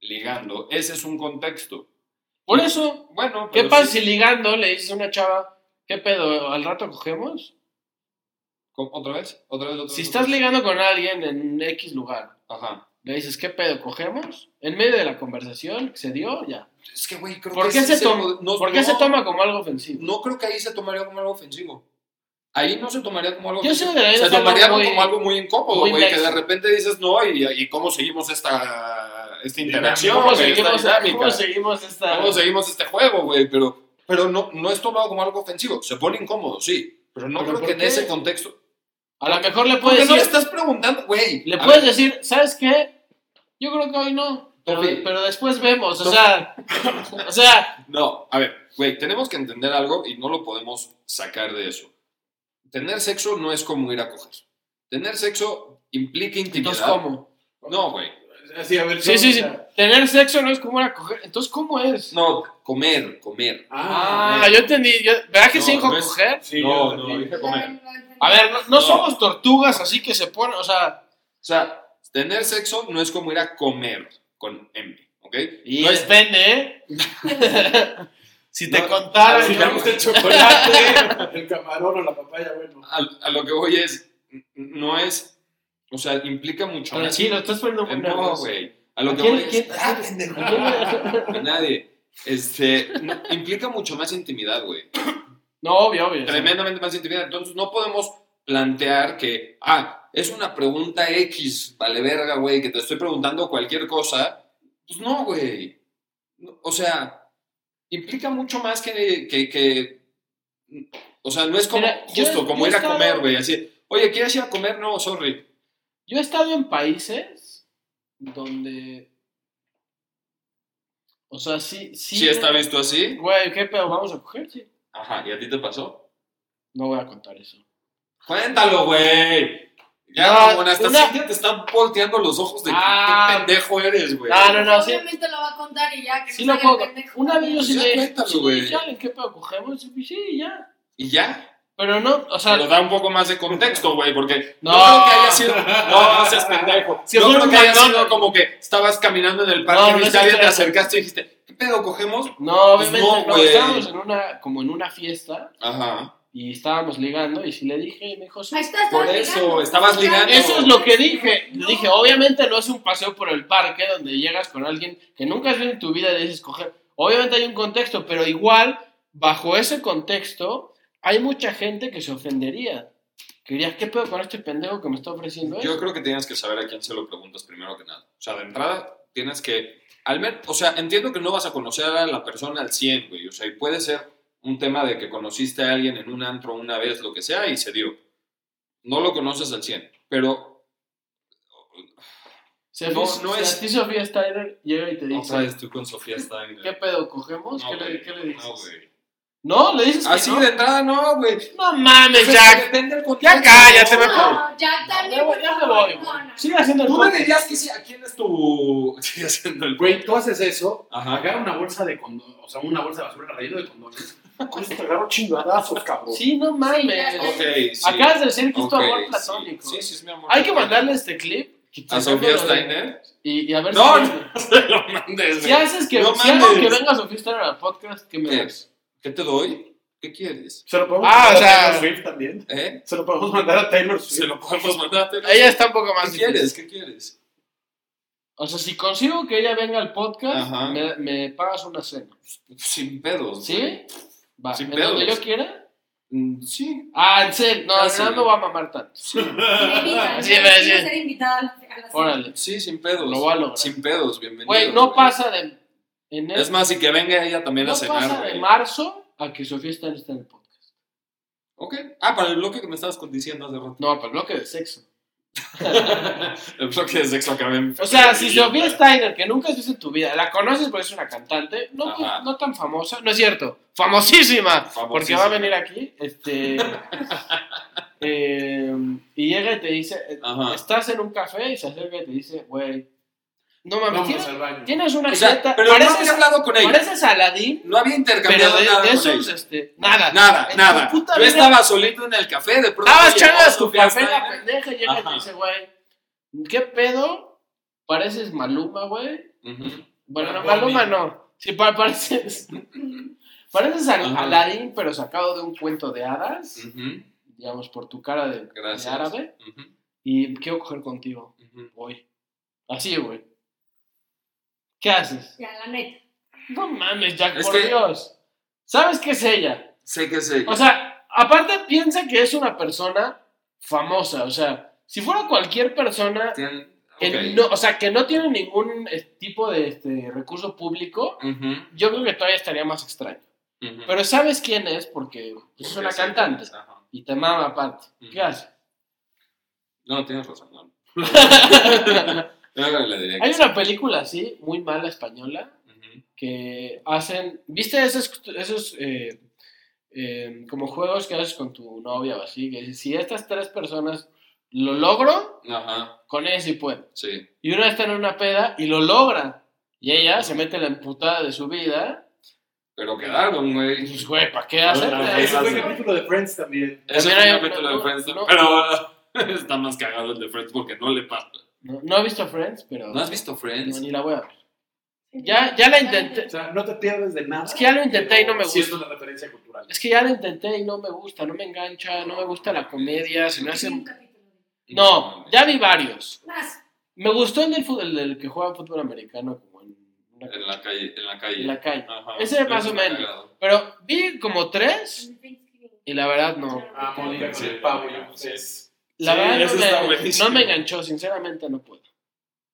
ligando, ese es un contexto. por eso Bueno, ¿Qué pero pasa sí- si ligando le dices a una chava, qué pedo, al rato cogemos? ¿Cómo? ¿Otra vez? ¿Otra vez? otra Si vez, estás otra vez? ligando con alguien en X lugar, Ajá. le dices, qué pedo, cogemos, en medio de la conversación que se dio, ya. Es que, güey, creo ¿Por que qué, sí se, toma, no- ¿por qué no, se toma como algo ofensivo? No creo que ahí se tomaría como algo ofensivo. Ahí no se tomaría como algo Yo ofensivo. sé que se es tomaría algo muy- como algo muy incómodo, muy güey, que nice. de repente dices no y, y cómo seguimos esta, esta interacción, ¿Cómo, güey, seguimos, esta dinámica, ¿Cómo seguimos esta...? ¿Cómo seguimos este juego, güey, pero, pero no, no es tomado como algo ofensivo, se pone incómodo, sí, pero no ¿Pero creo por que en qué? ese contexto. A lo mejor le Porque puedes no le decir, estás preguntando, güey. Pues le A puedes ver, decir, ¿sabes qué? Yo creo que hoy no, pero, Tofi. pero después vemos, o Tofi. sea... o sea, No, a ver, güey, tenemos que entender algo y no lo podemos sacar de eso. Tener sexo no es como ir a coger. Tener sexo implica intimidad. entonces, ¿cómo? No, güey. Así, a ver, Sí, yo, sí, o sí. sea, Tener sexo no es como una coger. Entonces, ¿cómo es? No, comer, comer. Ah, Ah, yo entendí. yo- ¿Verdad que No, sí dijo no es- coger? sí, no, yo- no, dije comer. A ver, no, no No. somos tortugas, así que se pone, o sea, O sea, tener sexo no es como ir a comer con M, ¿ok? y no es- depende, ¿eh? si te No, contara, Si yo- le gusta el chocolate, el camarón o la papaya, bueno. a, a lo que voy es, n- no es, o sea, implica mucho más. Tranquilo, estás poniendo muy Eh, No, nervioso. güey. A lo ¿A que quién- voy quién- es, Ah, pendejo. a nadie. Este, no, implica mucho más intimidad, güey. No, obvio, obvio. o sea, tremendamente más intimidad. Entonces no podemos plantear que, ah, es una pregunta X, vale verga, güey, que te estoy preguntando cualquier cosa. Pues no, güey. No, O sea, implica mucho más que, que, que- o sea, no es como, Mira, yo- justo, como yo ir a estaba- comer, güey, así. Oye, ¿quieres ir a comer? No, sorry. Yo he estado en países donde. O sea, sí. Sí, Sí, está visto así. Güey, ¿qué pedo? ¿Vamos a coger? Sí. Ajá, ¿y a ti te pasó? No voy a contar eso. Cuéntalo, güey. Ya, No, mamona, hasta una- Cintia te están volteando los ojos de que- Ah. qué pendejo eres, güey. No, no, no, sí. Obviamente lo va a contar y ya. Que Sí no lo se haga puedo- pendejo. Una vez yo Pues sí Ya le dije, cuéntalo, sí, güey. ya, ¿en qué pedo cogemos? Y Sí, ya. ¿Y ya? Pero no, o sea, Pero da un poco más de contexto, güey, porque no, creo No. que haya sido. No, no seas pendejo. Si no fuera creo un que haya McDonald's. sido como que estabas caminando en el parque No, y no viste es a alguien, te extraño. acercaste y dijiste, ¿qué pedo cogemos? No, obviamente Pues no, no, güey. estábamos en una, como en una fiesta Ajá. y estábamos ligando y si le dije, y me dijo, sí. Ahí está, Por estabas eso, ligando. estabas ligando. Eso es lo que dije. Le dije, "Oh, obviamente no es un paseo por el parque donde llegas con alguien que nunca has visto en tu vida y le dices coger. Obviamente hay un contexto, pero igual, bajo ese contexto, hay mucha gente que se ofendería. Que dirías, ¿qué pedo con este pendejo que me está ofreciendo eso? Yo creo que tienes que saber a quién se lo preguntas primero que nada. O sea, de entrada, tienes que. Al menos, o sea, entiendo que no vas a conocer a la persona al 100, güey. O sea, y puede ser un tema de que conociste a alguien en un antro una vez, lo que sea, y se dio. No lo conoces al 100, pero. Se no, fue- no si es- a ti Sofía Steiner llega y te dice, Otra vez tú con Sofía Stein. ¿qué pedo cogemos? No, ¿Qué, le, güey, ¿Qué le dices? No, güey. No, le dices que Así no. de entrada no, Pues güey. No mames, Pero Jack. depende del Ya contexto. cállate, No, mejor. No, ya también. Ya voy, ya me voy. No, no, no. Sigue haciendo el Tú me podcast. dirías que sí. ¿A quién es tu...? Sigue haciendo el Güey, tú haces eso, Ajá. agarra una bolsa de condones, o sea, una bolsa de basura relleno de condones. Con eso te agarro chingadazos, cabrón. Sí, no Sí, ya mames. está. Ok, sí. Acabas de decir que es tu Ok, amor sí. platónico. Sí, sí, es mi amor Hay que platónico. mandarle este clip. ¿A Sofía Steiner? Y, y a ver No, si. no se lo mandes, Si güey. haces que, No si hago mames. que venga Sofía Steiner al podcast, que me ¿Qué? das. ¿Qué te doy? ¿Qué quieres? Se lo podemos Ah, mandar o sea- a Taylor Swift también. ¿Eh? Se lo podemos mandar a Taylor Swift. Pues Se lo podemos mandar. ¿Qué Ella está un poco más difícil. quieres? ¿Qué quieres? O sea, si consigo que ella venga al podcast, Ajá. me, me pagas una cena. Sin pedos. ¿Sí? Va. Sin ¿En donde pedos. yo quiera? Mm, Sí. Ah, en serio. No, Casi. no me voy a mamar tanto. Bienvenida. Sí, pero sí. Quiero ser invitada a la- a la Órale. Sí, sin pedos. Lo voy a lograr. Sin pedos, bienvenido. Güey, no pasa de. En el- Es más, y que venga ella también no a cenar. pasa de güey. marzo a que Sofía Steiner esté en el podcast. Ok. Ah, para el bloque que me estabas diciendo hace rato. No, para el bloque de sexo. El bloque de sexo acaba en O sea, si febrero. Sofía Steiner, que nunca has visto en tu vida, la conoces porque es una cantante, no, Ajá. no tan famosa, no es cierto, famosísima, porque va Famosísima. a venir aquí, este, eh, y llega y te dice, eh, Ajá. estás en un café y se acerca y te dice, güey, no mames, Vamos tienes, al baño. tienes una O sea, jeta, pero no pareces, había hablado con ella. pareces Aladín, No había pero intercambiado de, nada de con esos, ella. este, nada, Nada, En nada. tu puta Yo vida- estaba solito en el café, de pronto. Estabas llegó changas tu Sofía café en la Steiner. pendeja y llega y te ¿eh? Ajá. dice, güey, ¿qué pedo? Pareces Maluma, güey. Ujú. Bueno, no, Bad Bunny. Maluma no. Sí, pa- pareces. pareces al Ajá. Aladín, pero sacado de un cuento de hadas. Ujú. Digamos, por tu cara de, de Gracias. árabe. Ujú. Y quiero coger contigo Ujú. hoy. Así, güey. ¿Qué haces? Ya, la neta. No mames, Jack, Es por que- Dios. ¿Sabes qué es ella? Sé que sé. O sea, aparte piensa que es una persona famosa. O sea, si fuera cualquier persona Tien- que, ok. no, o sea, que no tiene ningún eh, tipo de este, recurso público, Ujú, yo creo que todavía estaría más extraño. ujú. Pero sabes quién es porque pues, es Porque una sé cantante que es, ajá. y te mama aparte. Ujú. ¿Qué hace? No, tienes razón. No. Yo creo que le diría que Hay sí. una película así, muy mala española, Ujú. que hacen. ¿Viste esos, esos eh, eh, como juegos que haces con tu novia o así? Que dices, si estas tres personas lo logro, Ajá, con ella sí puedo. sí. Y una está en una peda y lo logra. Y ella se mete la emputada de su vida. Pero quedaron, Y güey. dices, güey, ¿para qué No, hacer? no, no, Ah, Ese fue el Ajá. capítulo de Friends también. Ese También fue hay un capítulo otro- de Friends, no. pero está más cagado el de Friends porque no le pasa. No, no he visto Friends, pero. ¿No has visto No, Friends? ni la voy a ver. Ya- ya la intenté. O sea, no te pierdes de nada. Es que ya lo intenté y no me Sí, es gusta. una referencia cultural. Es que ya lo intenté y no me gusta, no me engancha, no me gusta la comedia, se me hace... Vi un capítulo. No, ya vi varios. Más. Me gustó el del, fútbol, el del que juega fútbol americano como en, una- En la calle. En la calle. en la calle. Ajá, Ese pero más o está menos. cagado. Pero vi como tres en Thanksgiving. y la verdad no. Ah, Mónica con Sí. el pavo y ustedes. La Sí, verdad ese está no me, buenísimo. no me enganchó, sinceramente no puedo.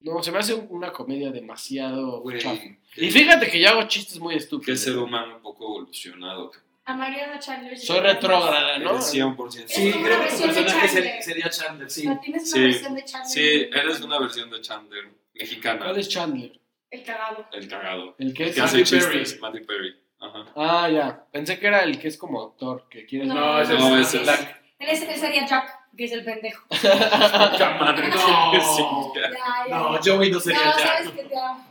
No, se me hace un- una comedia demasiado... chafa. Güey. Y fíjate que yo hago chistes muy Que estúpidos. ser humano un poco evolucionado. cabrón. A Mariana Chandler. Soy retrógrada, Ah, ¿no? Eres 100%. Sí, Sí, Es una creo que tu versión de personaje Chandler. ser- sería Chandler, sí. No, tienes una Sí. versión de Chandler. Sí, eres una versión de Chandler mexicana. ¿Cuál es Chandler? El cagado. El cagado. El que El es... que hace Matty chistes. Matty Perry. Ajá. Ah, ya. Pensé que era el que es como actor, que quiere... No, ese No, es ese es- Black. Él, es, él sería Jack, que es el pendejo. Puta madre. No. Sí, Ya, ya, No, ya. Joey no sería No, Jack. sabes que te amo.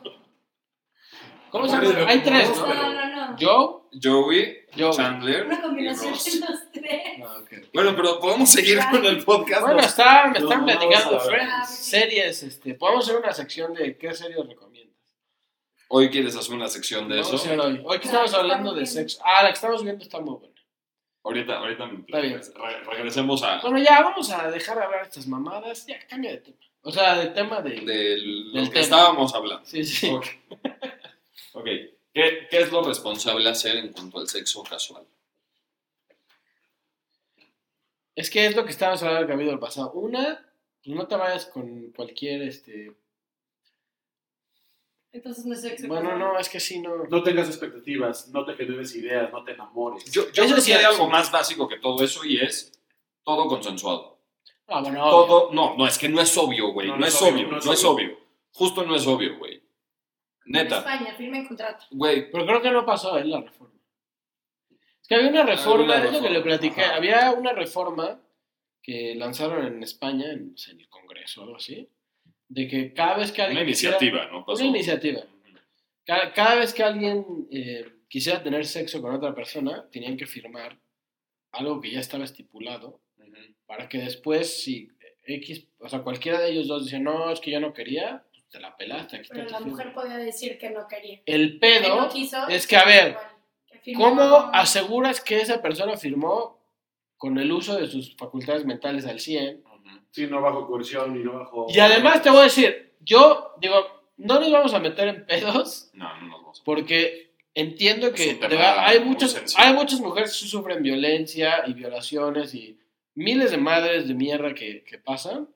¿Cómo se Parece llama? que Hay tres, como- ¿no? No, no, no. Joe, Joey, Joe. Chandler Una y combinación de Ross. los tres. Ah, ok. Bueno, pero podemos seguir con el podcast. Bueno, ¿no? está, me no, están no, platicando vamos a ver. Friends, series, este, podemos hacer una sección de qué series recomiendas. Hoy quieres hacer una sección de Vamos a eso. hacer hoy. Hoy que estamos hablando de sexo. Ah, la que estamos viendo está muy buena. Ahorita, ahorita me Está bien. Re- regresemos a Bueno, ya vamos a dejar de hablar estas mamadas, ya cambia de tema. O sea, de tema de. de lo Del que tema. estábamos hablando. Sí, sí. Ok. Ok. ¿Qué, qué es lo responsable hacer en cuanto al sexo casual? Es que es lo que estábamos hablando del capítulo pasado. Una, pues, no te vayas con cualquier, este. Entonces no es sexo. Bueno, no, es que sí, no. No tengas expectativas, no te generes ideas, no te enamores. Yo, yo Eso creo sí que hay es. algo más básico que todo eso y es todo consensuado. Ah, bueno, obvio. Todo, no, no, es que no es obvio, güey. No, No, es obvio, no es obvio. obvio. Justo no es obvio, güey. En Neta, España, firmen contrato. güey. Pero creo que no pasó en la reforma. Es que había una reforma, Había una es lo que le reforma, platiqué, ajá. había una reforma que lanzaron en España, en, no sé, en el Congreso o algo así, de que cada vez que alguien... Una quisiera- iniciativa, ¿no? Pasó. Una iniciativa. Ca- Cada, vez que alguien eh, quisiera tener sexo con otra persona, tenían que firmar algo que ya estaba estipulado Ujú. para que después, si X, o sea, cualquiera de ellos dos dice, no, es que yo no quería, pues te la pelaste. Aquí está Pero tu la firma". mujer podía decir que no quería. El Que pedo no quiso. es que, a ver, igual, que firmó. ¿Cómo aseguras que esa persona firmó con el uso de sus facultades mentales al 100? Ujú. Sí, no bajo coerción y no bajo. Y además te voy a decir, yo digo, no nos vamos a meter en pedos No, no nos vamos a- porque entiendo Es que un tema de verdad, hay, muy muchas, sensible. hay muchas mujeres que sufren violencia y violaciones y miles de madres de mierda que, que pasan,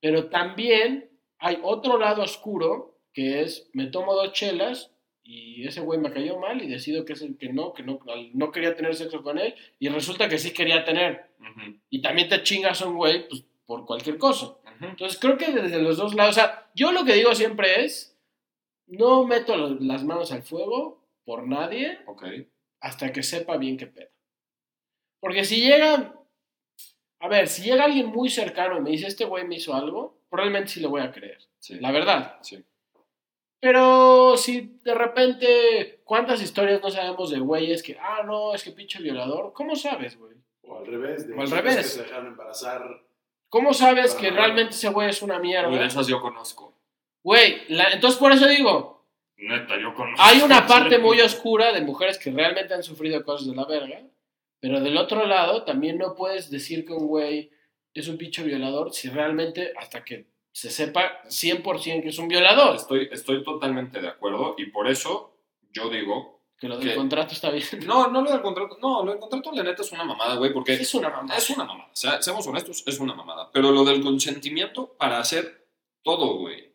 pero también hay otro lado oscuro que es, me tomo dos chelas y ese güey me cayó mal y decido que, es el que no, que no, no quería tener sexo con él y resulta que sí quería tener Ujú, y también te chingas a un güey pues, por cualquier cosa. ujú. Entonces creo que desde los dos lados, o sea, yo lo que digo siempre es, no meto los- las manos al fuego por nadie Ok. hasta que sepa bien qué pedo. Porque si llega, a ver, si llega alguien muy cercano y me dice, este güey me hizo algo, probablemente sí le voy a creer, Sí. la verdad. Sí. Pero si de repente, ¿cuántas historias no sabemos de güeyes que, ah, no, es que pinche violador? ¿Cómo sabes, güey? O al revés. De O al chicas revés. que se dejaron embarazar. ¿Cómo sabes que Ajá. realmente ese güey es una Uy, de mierda? esas yo conozco. Güey, la- entonces por eso digo, Neta, yo conozco. Hay una parte muy oscura de mujeres que realmente han sufrido cosas de la verga, pero del otro lado también no puedes decir que un güey es un bicho violador si realmente hasta que se sepa 100% que es un violador, Estoy, estoy totalmente de acuerdo y por eso yo digo. que lo del ¿Qué? contrato está bien. No, no lo del contrato. No, lo del contrato, la neta, es una mamada, güey, porque Es una mamá. Es una mamada, o sea, seamos honestos, es una mamada. Pero lo del consentimiento para hacer todo, güey.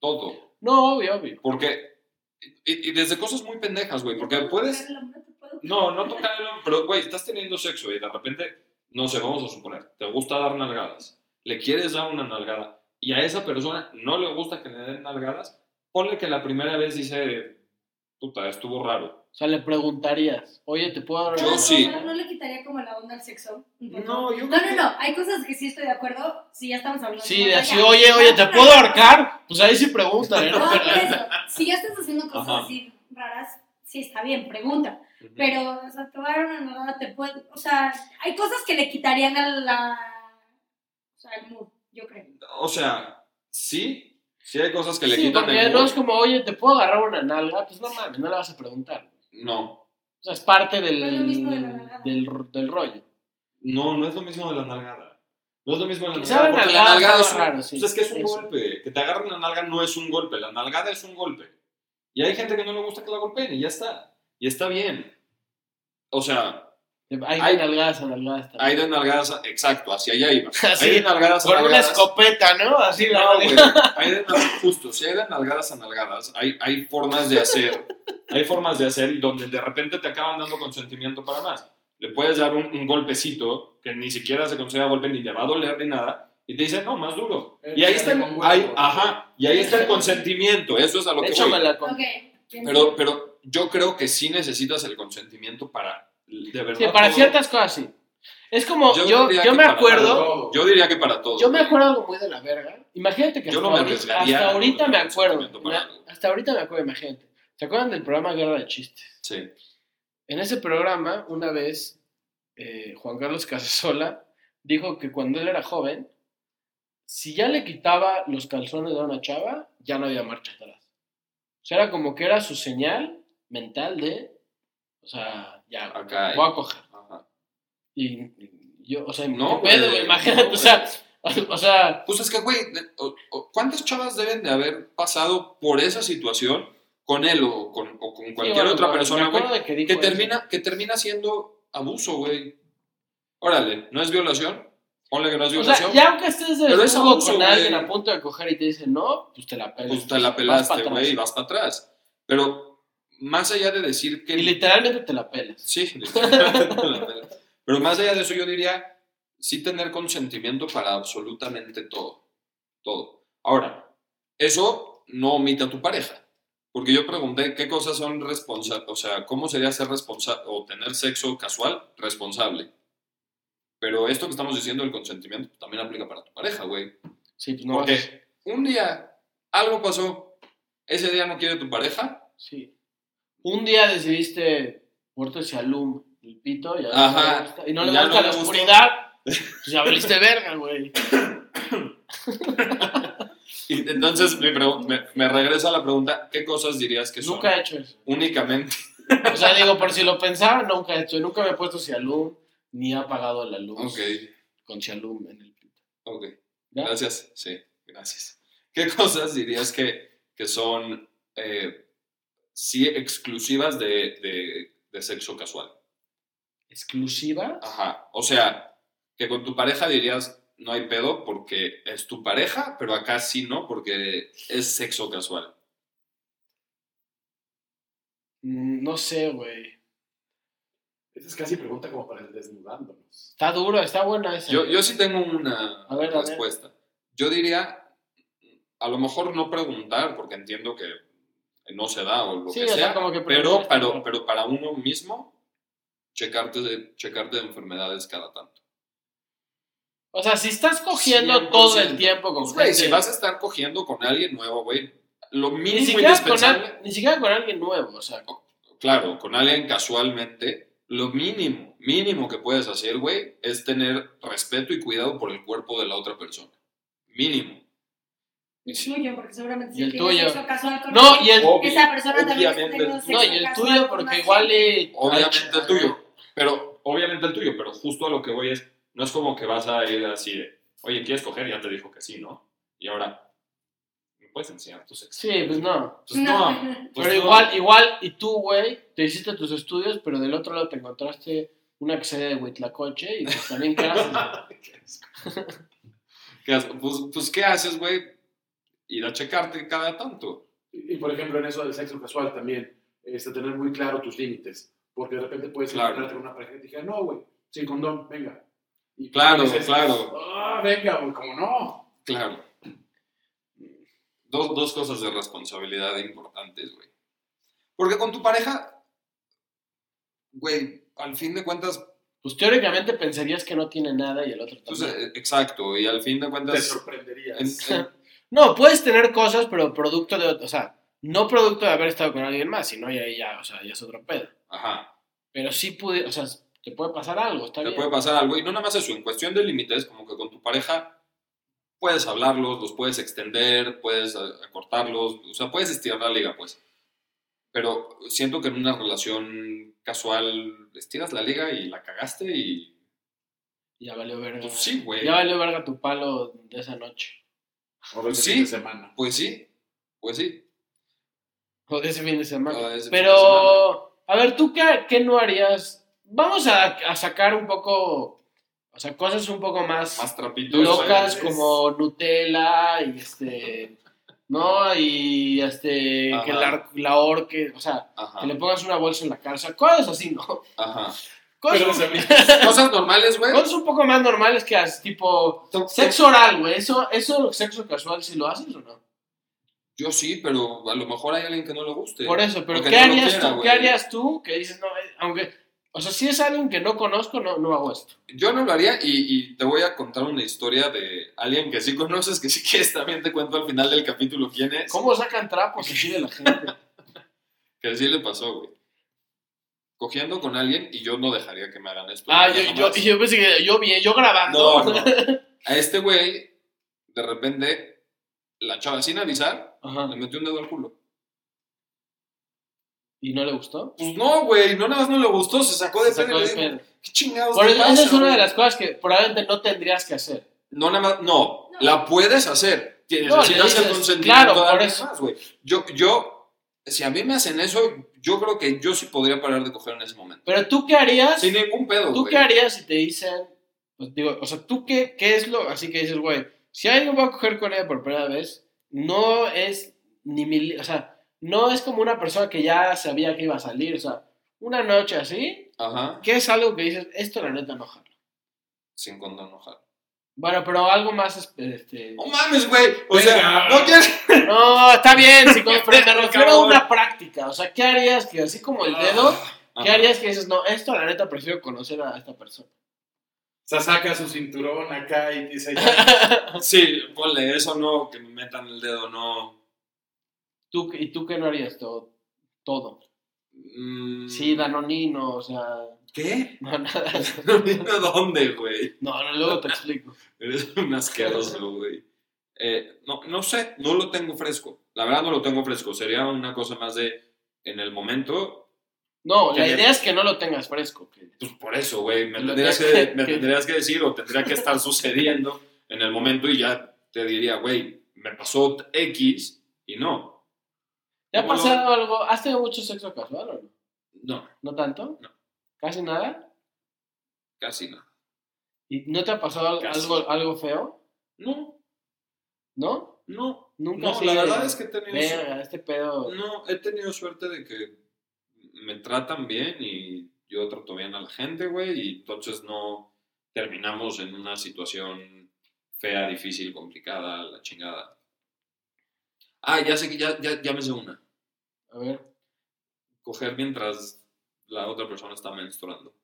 Todo. No, obvio, obvio. Porque. Y, y desde cosas muy pendejas, güey. Porque puedes. No te puedo- No, no tocar el hombre, Pero, güey, estás teniendo sexo y de repente, no sé, vamos a suponer, te gusta dar nalgadas. Le quieres dar una nalgada. Y a esa persona no le gusta que le den nalgadas. Ponle que la primera vez dice. Puta, estuvo raro. O sea, le preguntarías, oye, ¿te puedo dar Yo No, una- sí. No, no le quitaría como la onda al sexo. un poco. No, yo No, creo no, no. Hay cosas que sí estoy de acuerdo. Si ya estamos hablando. Sí, de ya. así, oye, oye, ¿te puedo ahorcar? Pues ahí sí preguntan, ¿eh? No, por eso. Si ya estás haciendo cosas Ajá. así raras, sí está bien, pregunta. Ujú. Pero, o sea, te va a dar una nalgada, te puede. O sea, hay cosas que le quitarían a la. O sea, al mood, yo creo. O sea, sí. Sí hay cosas que le Sí, quitan porque el no humor. es como, oye, ¿te puedo agarrar una nalga? Pues no mames, no le vas a preguntar. No. O sea, es parte del, Pero es lo mismo de la nalgada. del, del rollo. No, no es lo mismo de la nalgada. No es lo mismo de la Que se abran nalgada. Porque la nalgadas, nalgada algo es un, raro, sí. pues es que es un Eso. golpe. Que te agarren la nalga no es un golpe. La nalgada es un golpe. Y hay gente que no le gusta que la golpeen y ya está. Y está bien. O sea, Hay Hay- nalgadas a nalgadas hay también. de nalgadas, a- exacto, hacia allá iba. Así, hay de nalgadas a Con una nalgadas. escopeta, ¿no? Así la No, güey. Hay de nalgadas, justo, si hay de nalgadas a nalgadas, hay, hay formas de hacer, hay formas de hacer y donde de repente te acaban dando consentimiento para más. Le puedes dar un, un golpecito que ni siquiera se considera golpe ni te va a doler ni nada y te dicen, no, más duro. Eh, Y ahí está el, Con huevo. ahí- ajá, y ahí está el consentimiento, eso es a lo que voy. Échamela con. Ok. bien. Pero, pero yo creo que sí necesitas el consentimiento para, de verdad. Sí, para todo. ciertas cosas sí. Es como, Yo yo, yo, diría que me para acuerdo, Todo. Yo diría que para todo. yo me acuerdo algo muy de la verga. Imagínate que Yo hasta, no me ahorita, arriesgaría hasta a ahorita me poner acuerdo. consentimiento para me- algo. hasta ahorita me acuerdo, imagínate. ¿Se acuerdan del programa Guerra de Chistes? Sí. En ese programa, una vez, eh, Juan Carlos Casasola dijo que cuando él era joven, si ya le quitaba los calzones a una chava, ya no había marcha atrás. O sea, era como que era su señal mental de, o sea, ya, güey, Acá hay. voy a coger. Ajá. Y, y yo, o sea, No, no, pedo, güey, güey, imagínate, no, o sea, o sea, Pues es que, güey, de- o- o- ¿cuántas chavas deben de haber pasado por esa situación con él o con, o con cualquier sí, bueno, otra me persona, güey? acuerdo de que dijo Que eso. termina, que termina siendo abuso, güey. Órale, ¿no es violación? Ponle que no es O sea, violación. ya aunque estés de Pero es juego abuso, con güey. alguien a punto de coger y te dice no, pues te la pelas. pues te la vas pa' pelaste, atrás. güey, y vas para atrás. Pero más allá de decir que... Y literalmente te la pelas. Sí, literalmente te la pelas. Pero más allá de eso, yo diría sí tener consentimiento para absolutamente todo. Todo. Ahora, eso no omita a tu pareja. Porque yo pregunté qué cosas son responsables, o sea, cómo sería ser responsable o tener sexo casual responsable. Pero esto que estamos diciendo del consentimiento también aplica para tu pareja, güey. Sí, pues no Porque vas- un día algo pasó, ese día no quiere tu pareja, Sí. Un día decidiste ponerte ese alum, el pito, ya Ajá. no le gusta- y no le Ya no gusta la le gustó. oscuridad, pues ya valiste verga, güey. Y entonces me, pregu- me, me regresa la pregunta, ¿qué cosas dirías que son Nunca he hecho eso. únicamente? O sea, digo, por si lo pensaba, nunca he hecho. Nunca me he puesto cialum, ni he apagado la luz Ok, con cialum en el pito. ok. ¿Ya? Gracias, sí, gracias. ¿Qué cosas dirías que, que son, eh, sí, exclusivas de, de, de sexo casual? Exclusiva. Ajá, o sea, que con tu pareja dirías, no hay pedo porque es tu pareja, pero acá sí no, porque es sexo casual. Mm, No sé, güey. Esa es casi pregunta como para el desnudándonos. Está duro, está buena esa. Yo, yo sí tengo una A ver, a ver. respuesta. Yo diría, a lo mejor no preguntar, porque entiendo que no se da o lo Sí, que o sea, sea, como que pero, preguntar. pero, pero para uno mismo, checarte de, checarte de enfermedades cada tanto. O sea, si estás cogiendo 100%. todo el tiempo con Pues, güey, gente- si vas a estar cogiendo con alguien nuevo, güey, lo ni, mínimo siquiera con indispensable... al- ni siquiera con alguien nuevo, o sea, claro, con alguien casualmente, lo mínimo, mínimo que puedes hacer, güey, es tener respeto y cuidado por el cuerpo de la otra persona. Mínimo. El tuyo, porque seguramente Y el tienes tuyo. sexo casual con No, él, y el, Obvio. esa persona también está obviamente. teniendo sexo no, y el casual tuyo, con más porque igual gente. le. Obviamente el tuyo. Pero, obviamente el tuyo, pero justo a lo que voy es, no es como que vas a ir así de, oye, ¿quieres coger? Ya te dijo que sí, ¿no? Y ahora, ¿me puedes enseñar tu sexo? Sí, pues no. Pues No. no. pues pero no. igual, igual, y tú, güey, te hiciste tus estudios, pero del otro lado te encontraste una que se de Huitlacoche y pues también qué haces? ¿Qué haces? Pues, pues, ¿qué haces, güey? Ir a checarte cada tanto. Y, y, por ejemplo, en eso del sexo casual también, este, tener muy claro tus límites. Porque de repente puedes Claro. encontrarte con una pareja que te diga, no, güey, sin condón, venga. Y tú Claro, dices, claro. Ah, venga, güey, como no. Claro. Dos, dos cosas de responsabilidad importantes, güey. Porque con tu pareja, güey, al fin de cuentas, Pues teóricamente pensarías que no tiene nada y el otro pues, también. eh, exacto, y al fin de Te cuentas, sorprenderías. en- en- No, puedes tener cosas, pero producto de. O sea, no producto de haber estado con alguien más, sino ya, ya, o sea, ya es otro pedo. ajá, Pero sí pude. O sea, te puede pasar algo, está te bien. puede pasar algo. Y no nada más eso, en cuestión de límites, como que con tu pareja puedes hablarlos, los puedes extender, puedes eh, acortarlos, o sea, puedes estirar la liga, pues. Pero siento que en una relación casual estiras la liga y la cagaste y Ya valió verga. Pues sí, güey. Ya valió verga tu palo de esa noche. O del Sí. fin de semana. Pues sí, pues sí. O de ese fin de semana. Ah, ese Pero, fin de semana. a ver, ¿tú qué, qué no harías? Vamos a, a sacar un poco. O sea, cosas un poco más, Más trapitos. locas ¿sabes? como Nutella y este. ¿No? Y este. Que la, Ajá. Ah. la orque. O sea, Ajá, que le pongas una bolsa en la casa. Cosas así, ¿no? ajá. Cosas, Pero, o un- sea, Cosas normales, güey. cosas un poco más normales que as- tipo. Tom- Sexo oral, güey. Eso, eso, sexo casual, si lo haces o no. Yo sí, pero a lo mejor hay alguien que no le guste. Por eso, pero Porque ¿qué no lo harías quiera, tú? güey. ¿Qué harías tú? Que dices, no, eh, aunque. O sea, si es alguien que no conozco, no, no hago esto. Yo no lo haría y, y te voy a contar una historia de alguien que sí conoces, que si quieres también te cuento al final del capítulo quién es. ¿Cómo sacan trapos así de la gente? Que sí le pasó, güey. Cogiendo con alguien y yo no dejaría que me hagan esto. ah, No, yo, yo, jamás. yo pensé que yo bien, yo grabando. No, no. A este güey, de repente, la chava sin avisar, Ajá. le metió un dedo al culo. ¿Y no le gustó? Pues no, güey, no nada más no le gustó, se sacó de Se sacó pedo y de le dijo, pedo. ¿Qué chingados Por te eso, pasa, esa es una güey?" de las cosas que probablemente no tendrías que hacer. No, nada más, no, No. la puedes hacer. Tienes, No, le necesitas el dices, consentimiento claro, de por alguien eso. más, güey. Yo, yo, si a mí me hacen eso, yo creo que yo sí podría parar de coger en ese momento. Pero tú qué harías? Sin ningún pedo, ¿Tú güey. qué harías si te dicen, pues, digo, o sea, tú qué, qué es lo, así que dices, güey, si alguien va a coger con ella por primera vez, no es ni mi, o sea, no es como una persona que ya sabía que iba a salir, o sea, una noche así, Ajá, que es algo que dices, esto la neta no jala. sin condón, ojalá. Bueno, pero algo más, es- este, No mames, güey. O Venga. sea, no quieres. no, está bien, sí, como- pero me refiero a Cabrón. Ah, una práctica, o sea, ¿qué harías que así como el dedo, qué Ajá. harías que dices, no, esto la neta prefiero conocer a esta persona? Se saca su cinturón acá y dice, Sí, ponle, eso no, que me metan el dedo, no. ¿Tú, qué- ¿Y tú qué no harías todo? Todo. Mm, Sí, Danonino, o sea. ¿Qué? No, nada. ¿Dónde, güey? No, no, luego te explico. Eres un asqueroso, güey. Eh, no, no sé, no lo tengo fresco. La verdad no lo tengo fresco. Sería una cosa más de en el momento. No, ¿Qué la te- idea es que no lo tengas fresco. que- Pues por eso, güey. Me, Lo tendrías que- que, me tendrías que decir o tendría que estar sucediendo en el momento y ya te diría, güey, me pasó X y no. ¿Te ha ¿Cómo lo- pasado algo? ¿Has tenido mucho sexo casual o no? No, ¿No tanto? No. ¿Casi nada? casi no. ¿Y no te ha pasado al- Casi. algo, algo feo? No, ¿No? no. Nunca. No, así la de, verdad es que he tenido, su- Verga, este pedo. no, he tenido suerte de que me tratan bien y yo trato bien a la gente, güey, y entonces no terminamos en una situación fea, difícil, complicada, la chingada. Ah, ya sé que ya, ya, ya me sé una. A ver, Coger mientras la otra persona está menstruando.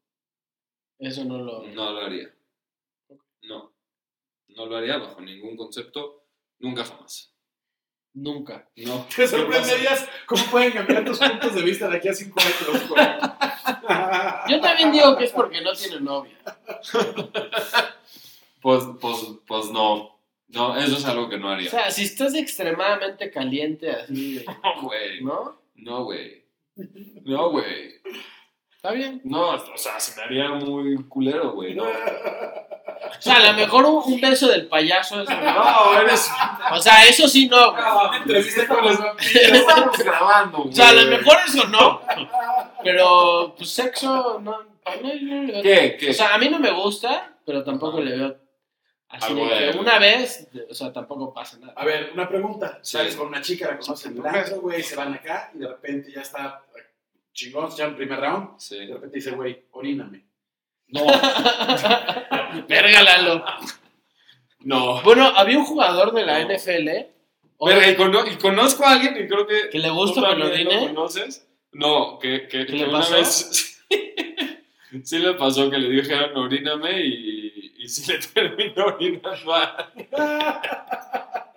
eso no lo. No lo haría. No. No lo haría bajo ningún concepto. Nunca jamás. Nunca. No. Te sorprenderías cómo pueden cambiar tus puntos de vista de aquí a cinco años, güey. Yo también digo que es porque no tiene novia. Pues, pues, pues no. No, eso es algo que no O haría. sea, si estás extremadamente caliente así, de- No, güey. ¿no? No, güey. No, güey. Está bien. No, o sea, se me haría muy culero, güey. No, O sea, a lo mejor un, un beso del payaso es. no eres. O sea, eso sí no, güey. Ah, Una entrevista con los vampiros. Estamos grabando, güey. O sea, a lo mejor eso no. Pero, pues sexo, no. a mí no le veo- ¿Qué? ¿Qué? O sea, a mí no me gusta, pero tampoco le veo. Así Algo de de- que una vez, o sea, tampoco pasa nada. A ver, una pregunta. Sí. Sales con una chica, la conoces en el brazo, güey, se van acá y de repente ya está eh, chingón, ya en el primer round. Y Sí. de repente dice, güey, oríname. No, Verga, Lalo. no. Bueno, había un jugador de la NFL. otro, Verga, y, cono- y conozco a alguien y creo que. que le gusta ¿Tú también lo Pelodine. conoces? No, que, que, ¿Qué que le una pasó? vez. sí le pasó que le dijeron oríname y, y sí le terminó orinando a.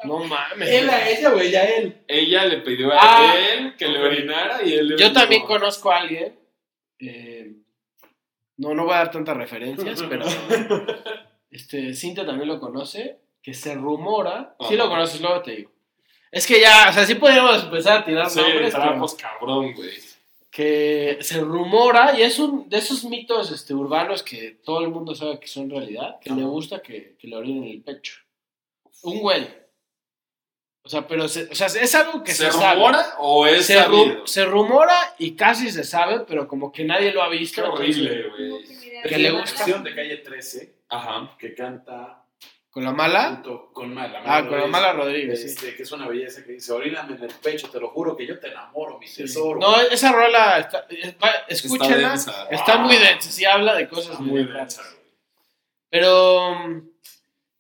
No mames. Él a ella, güey, ya él. Ella le pidió a Ah. él que le orinara y él le Yo también conozco. conozco a alguien. eh, no, no voy a dar tantas referencias, pero este, Cintia también lo conoce, que se rumora. Si lo Ajá. conoces, luego te digo. Es que ya, o sea, sí podríamos empezar a tirar Sí, nombres, pero trapos cabrón, güey. que se rumora, y es un de esos mitos este, urbanos que todo el mundo sabe que son realidad, que le gusta que, que le orinen el pecho. Un güey. O sea, pero se- o sea, es algo que se, ¿Se sabe. rumora o es se, ru- sabido? se rumora y casi se sabe, pero como que nadie lo ha visto. Qué horrible, No güey. tengo idea. pues, Que Es le una gusta. canción de calle 13 Ajá. que canta ¿Con la mala? junto con Mala. Ah, con la Rodríguez, mala Rodríguez. sí. Este, que es una belleza que dice, oríname en el pecho, te lo juro que yo te enamoro, mi Sí. tesoro. No, esa rola, está, es- va- escúchenla, está, densa. muy densa, sí habla de cosas Está muy muy densa, raras. güey. Pero, um,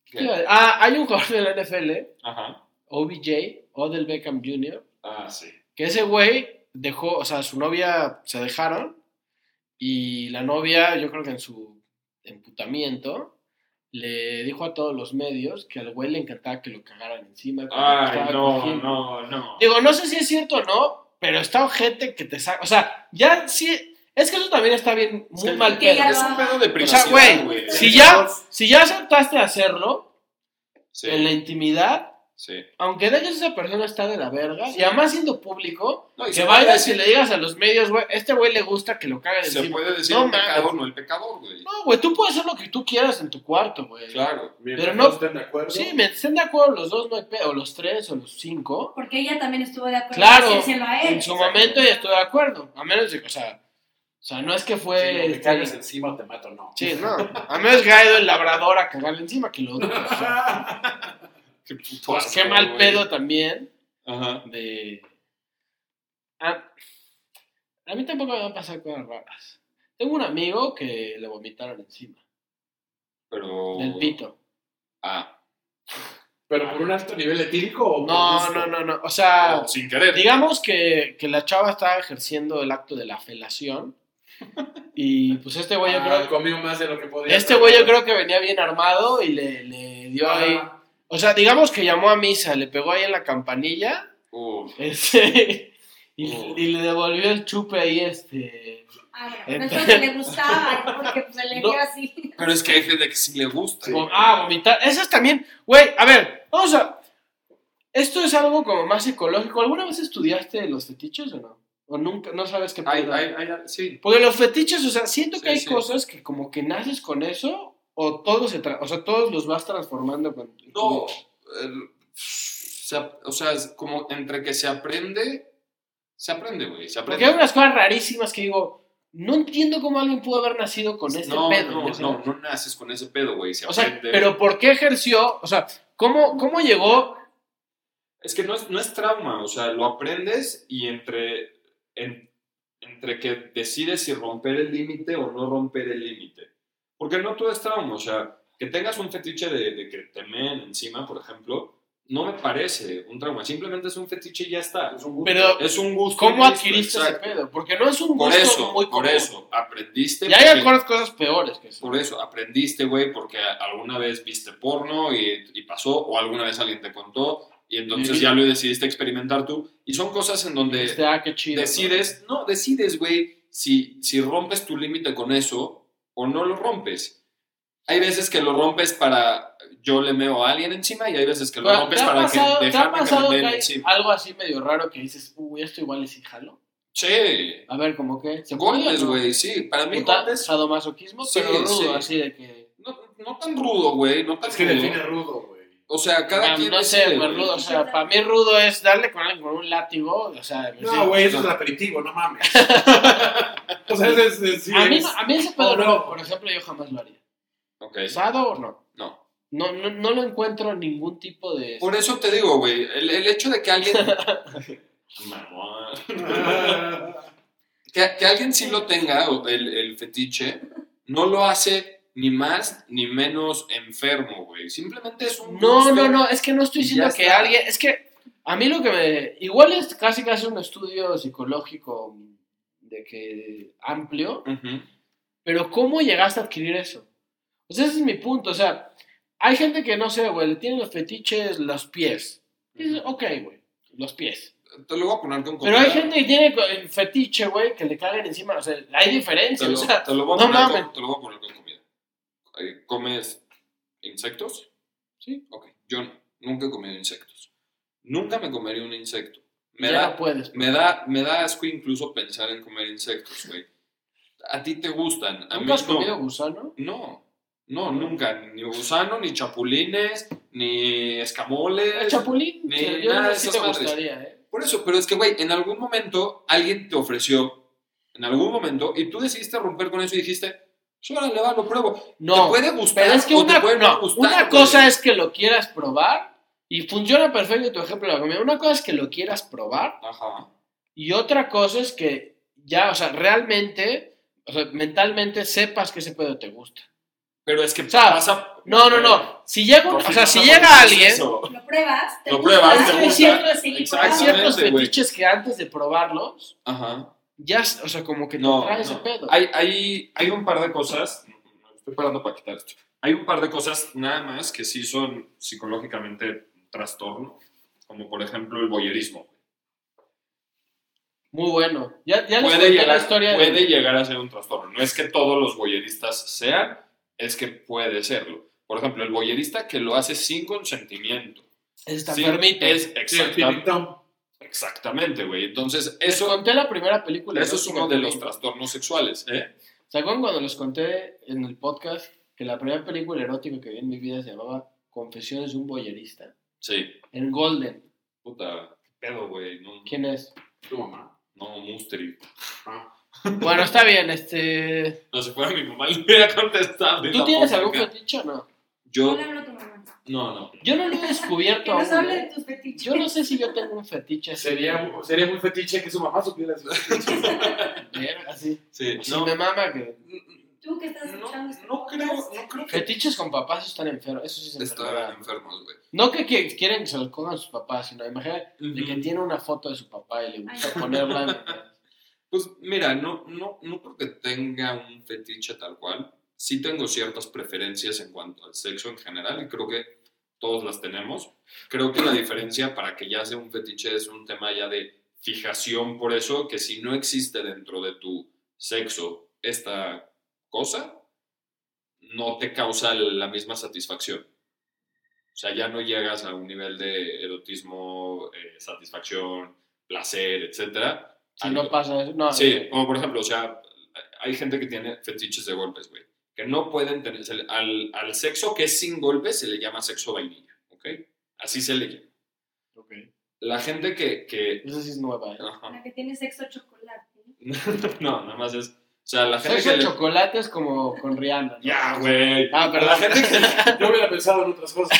¿Qué? ¿qué iba a decir? ah, hay un jugador de la NFL, Ajá. OBJ, Odell Beckham Jr., Ah, sí. que ese güey dejó, o sea, su novia se dejaron y la novia, yo creo que en su emputamiento, le dijo a todos los medios que al güey le encantaba que lo cagaran encima. cuando Ay, estaba no, cogiendo. no, no. Digo, no sé si es cierto o no, pero está gente que te saca. O sea, ya sí. Es que eso también está bien, muy que- mal que pedo. ya- Es un pedo de privacidad, O sea, güey, güey. Si ya, si ya aceptaste hacerlo Sí, en la intimidad, sí. aunque dejes a esa persona está de la verga, y además siendo público, No, y que se puede vayas y decir- le digas a los medios, güey, este güey le gusta que lo caguen Se encima. puede decir No el mames. pecador, no el pecador, güey. No, güey, tú puedes hacer lo que tú quieras en tu cuarto, güey. Claro. Mientras Pero no- estén de acuerdo. Sí, me estén de acuerdo los dos, no hay pedo, o los tres, o los cinco. Porque ella también estuvo de acuerdo Claro, en hacérselo a él. En su momento ya estoy de acuerdo. A menos de que, o sea, o sea no es que Si fue. no me este, cagas encima, te mato, no. Sí, no. A menos que haya ido el labrador a cagarle encima, que lo dudo. o sea, Qué puto pues asco, qué mal güey. pedo también Ajá. de... A, a mí tampoco me van a pasar cosas raras. Tengo un amigo que le vomitaron encima, Pero. del pito. Ah. ¿Pero por un alto nivel etílico o por No, gusto? no, no, no. O sea, No, sin querer. digamos que, que la chava estaba ejerciendo el acto de la felación. Y pues este güey yo Ah, creo comió más de lo que podía. Este güey yo creo que venía bien armado y le, le dio ahí... Ah, O sea, digamos que llamó a misa, le pegó ahí en la campanilla Uf. Este, y, Oh. y le devolvió el chupe ahí, este. Ah, bueno, no es que le gustaba, porque pues, se le dio No. así. Pero es que hay gente que sí le gusta. Sí. vom- Ah, vomitar. Esas también. Güey, a ver, vamos a. Esto es algo como más psicológico. ¿Alguna vez estudiaste los fetiches o no? ¿O nunca? ¿No sabes qué Hay, pedo? hay, hay, sí. Porque los fetiches, o sea, siento que Sí, hay sí. cosas que como que naces con eso o todos, se tra- o sea, todos los vas transformando con tu- No, el- se ap- o sea, es como entre que se aprende, se aprende, güey, se Porque hay aprende. unas cosas rarísimas que digo, no entiendo cómo alguien pudo haber nacido con este no, pedo. no, ya sabes. no, no naces con ese pedo, güey, se O sea, aprende. pero ¿por qué ejerció? O sea, ¿cómo, cómo llegó? Es que no es, no es trauma, o sea, lo aprendes y entre, en- entre que decides si romper el límite o no romper el límite. Porque no todo es trauma, o sea, que tengas un fetiche de, de que te meen encima, por ejemplo, no me parece un trauma. Simplemente es un fetiche y ya está. Es un gusto. Pero, Es un gusto. ¿cómo y listo, adquiriste ese exacto. pedo? Porque no es un Por gusto eso, muy por común. eso, aprendiste. Y hay porque- algunas cosas peores que eso. Por eso, aprendiste, güey, porque alguna vez viste porno y, y pasó, o alguna vez alguien te contó, y entonces Sí. ya lo decidiste experimentar tú. Y son cosas en donde Este, ah, qué chido. decides, no, decides, güey, si, si rompes tu límite con eso o no lo rompes. Hay veces que lo rompes para yo le meo a alguien encima y hay veces que ¿no? lo Pero, rompes ¿Te ha para pasado, que ¿te ha dejarme que pasado me que meen hay encima. algo así medio raro que dices, uy, esto igual es jalo? Sí, A ver, como que. ¿Se puede o golpes, no? güey, sí. Para mí, Puta- golpes, sadomasoquismo, Sí, pero rudo, sí. así de que. no, no tan rudo, güey, no tan Es que rudo. define rudo, güey. O sea, cada Ah, quien no sé, decide, güey, güey. rudo. O sea, para mí rudo es darle con alguien con un látigo. O sea, sí. No, güey, eso es no. aperitivo, no mames. o sea, es, es, es- sí, a, mí, es- no- a mí ese pedo Oh, no, no. por ejemplo, yo jamás lo haría. Ok. ¿Sado o no? No. No, no, no lo encuentro ningún tipo de. Por eso te digo, güey, el, el hecho de que alguien... Mamón. que, que alguien sí lo tenga, o el, el fetiche, no lo hace ni más ni menos enfermo, güey. Simplemente es un... No, gusto. no, no, es que no estoy Y diciendo ya que está. alguien. Es que a mí lo que me. Igual es casi casi un estudio psicológico de que amplio, Ujú. pero ¿cómo llegaste a adquirir eso? Pues ese es mi punto, o sea, hay gente que no sé, güey, le tiene los fetiches los pies. Y dices, ok, güey, los pies. Te lo voy a poner con Pero hay contrario. gente que tiene co- el fetiche, güey, que le cagan encima, o sea, hay Te diferencias, lo, o sea, te lo voy a no poner con- mames. te lo voy a poner con comida. Eh, ¿Comes insectos? Sí. Ok, yo no, nunca he comido insectos. Nunca me comería un insecto. Me ya da no puedes. Me da, me da asco incluso pensar en comer insectos, güey. A ti te gustan, a mí ¿Nunca has no. comido gusano? No, no, nunca. Ni gusano, ni chapulines, ni escamoles. El Ah, chapulín, Ni que yo nada no de sé si esas te madres. gustaría, ¿eh? Por eso, pero es que, güey, en algún momento alguien te ofreció, en algún momento, y tú decidiste romper con eso y dijiste, "Pues, órale, va, lo pruebo. No, te puede gustar Pero es que o una, te puede no no, gustar, una güey. cosa es que lo quieras probar y funciona perfecto tu ejemplo de la comida. Una cosa es que lo quieras probar Ajá. y otra cosa es que ya, o sea, realmente, o sea, mentalmente sepas que ese pedo te gusta. Pero es que O sea, pasa... No, no, no. Si llega, un- Por o fin sea, si pasa por llega un alguien, proceso. Lo pruebas, te Lo gusta, pruebas, te y gusta. quieres seguir hay Exacto. probando. ciertos Exactamente, güey. fetiches que antes de probarlos, Ajá. ya, s- o sea, como que te No, trae no. ese pedo. Hay, hay, hay un par de cosas. Estoy parando para quitar esto. Hay un par de cosas nada más que sí son psicológicamente un trastorno, como por ejemplo el boyerismo. Muy bueno. Ya, ya les Puede, conté la llegar, historia puede de... llegar a ser un trastorno. No es que todos los boyeristas sean, es que puede serlo. Por ejemplo, el boyerista que lo hace sin consentimiento. Está Sí, enfermito. es Sí, el exacta- tiritón. exactamente, güey. Entonces, Les eso, conté la primera película. eso ¿no? es uno de los Enfermito. trastornos sexuales. ¿eh? ¿Se acuerdan cuando les conté en el podcast que la primera película erótica que vi en mi vida se llamaba Confesiones de un boyerista? Sí. En Golden. Puta, qué pedo, güey. No, ¿Quién es? Tu mamá. no, Mustri. Ah. Bueno, está bien, este. No se fuera mi mamá, le hubiera contestado. ¿Tú tienes algún fetiche o no? Yo, Hola, hablo tu mamá. no, no. Yo no lo he Que descubierto aún. nos hable de ¿eh? tus fetiches. Yo no sé si yo tengo un fetiche así. Sería, sería muy fetiche que su mamá supiera eso. Bien, así. Sí, Si no. me mama que. Tú que estás No, escuchando este no creo, podcast, no creo que Fetiches con papás están enfermos. Eso sí es estaban enfermedad. enfermos, güey. No que, que quieren que se los coman sus papás, sino imagínate de que tiene una foto de su papá y le gusta Ay, no. ponerla. en- Pues mira, no, no, no creo que tenga un fetiche tal cual. Sí tengo ciertas preferencias en cuanto al sexo en general y creo que todos las tenemos. Creo que la diferencia para que ya sea un fetiche es un tema ya de fijación por eso, que si no existe dentro de tu sexo esta cosa, no te causa la misma satisfacción. O sea, ya no llegas a un nivel de erotismo, eh, satisfacción, placer, etcétera. Si al- no pasa eso. No, Sí, como por ejemplo, o sea, hay gente que tiene fetiches de golpes, güey. Que no pueden tener. se le- al, al sexo que es sin golpes se le llama sexo vainilla, ¿ok? Así se le llama. Ok. La gente que. que Esa sí es nueva, ¿eh? ajá. La que tiene sexo chocolate. No, nada más es. O sea, la gente Sexo que. de le- chocolate es como con Rihanna. ¿no? Ya, güey. Ah, A la perdón. gente que. Yo hubiera pensado en otras cosas.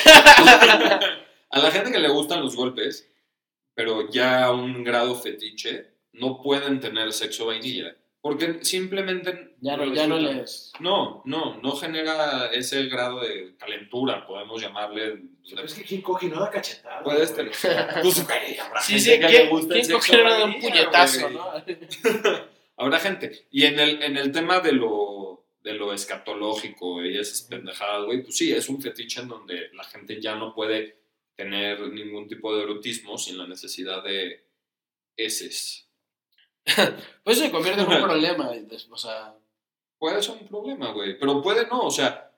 A la gente que le gustan los golpes, pero ya a un grado fetiche, no pueden tener sexo vainilla. Porque simplemente... Ya lo no, ya no disfrutan. les. No, no, no genera ese grado de calentura, podemos llamarle. Pero pues es que quien coge y no da cachetada. Puedes güey. tener. Pues, Tú su cariño, habrá Sí, gente sí, que ¿quién, le gusta el ¿quién sexo cogió le va a dar un vainilla, puñetazo, güey? no? Habrá gente. Y en el, en el tema de lo, de lo escatológico y esas pendejadas, güey, pues sí, es un fetiche en donde la gente ya no puede tener ningún tipo de erotismo sin la necesidad de heces. Pues eso se convierte en un problema. des- O sea, Puede ser un problema, güey, pero puede no, o sea,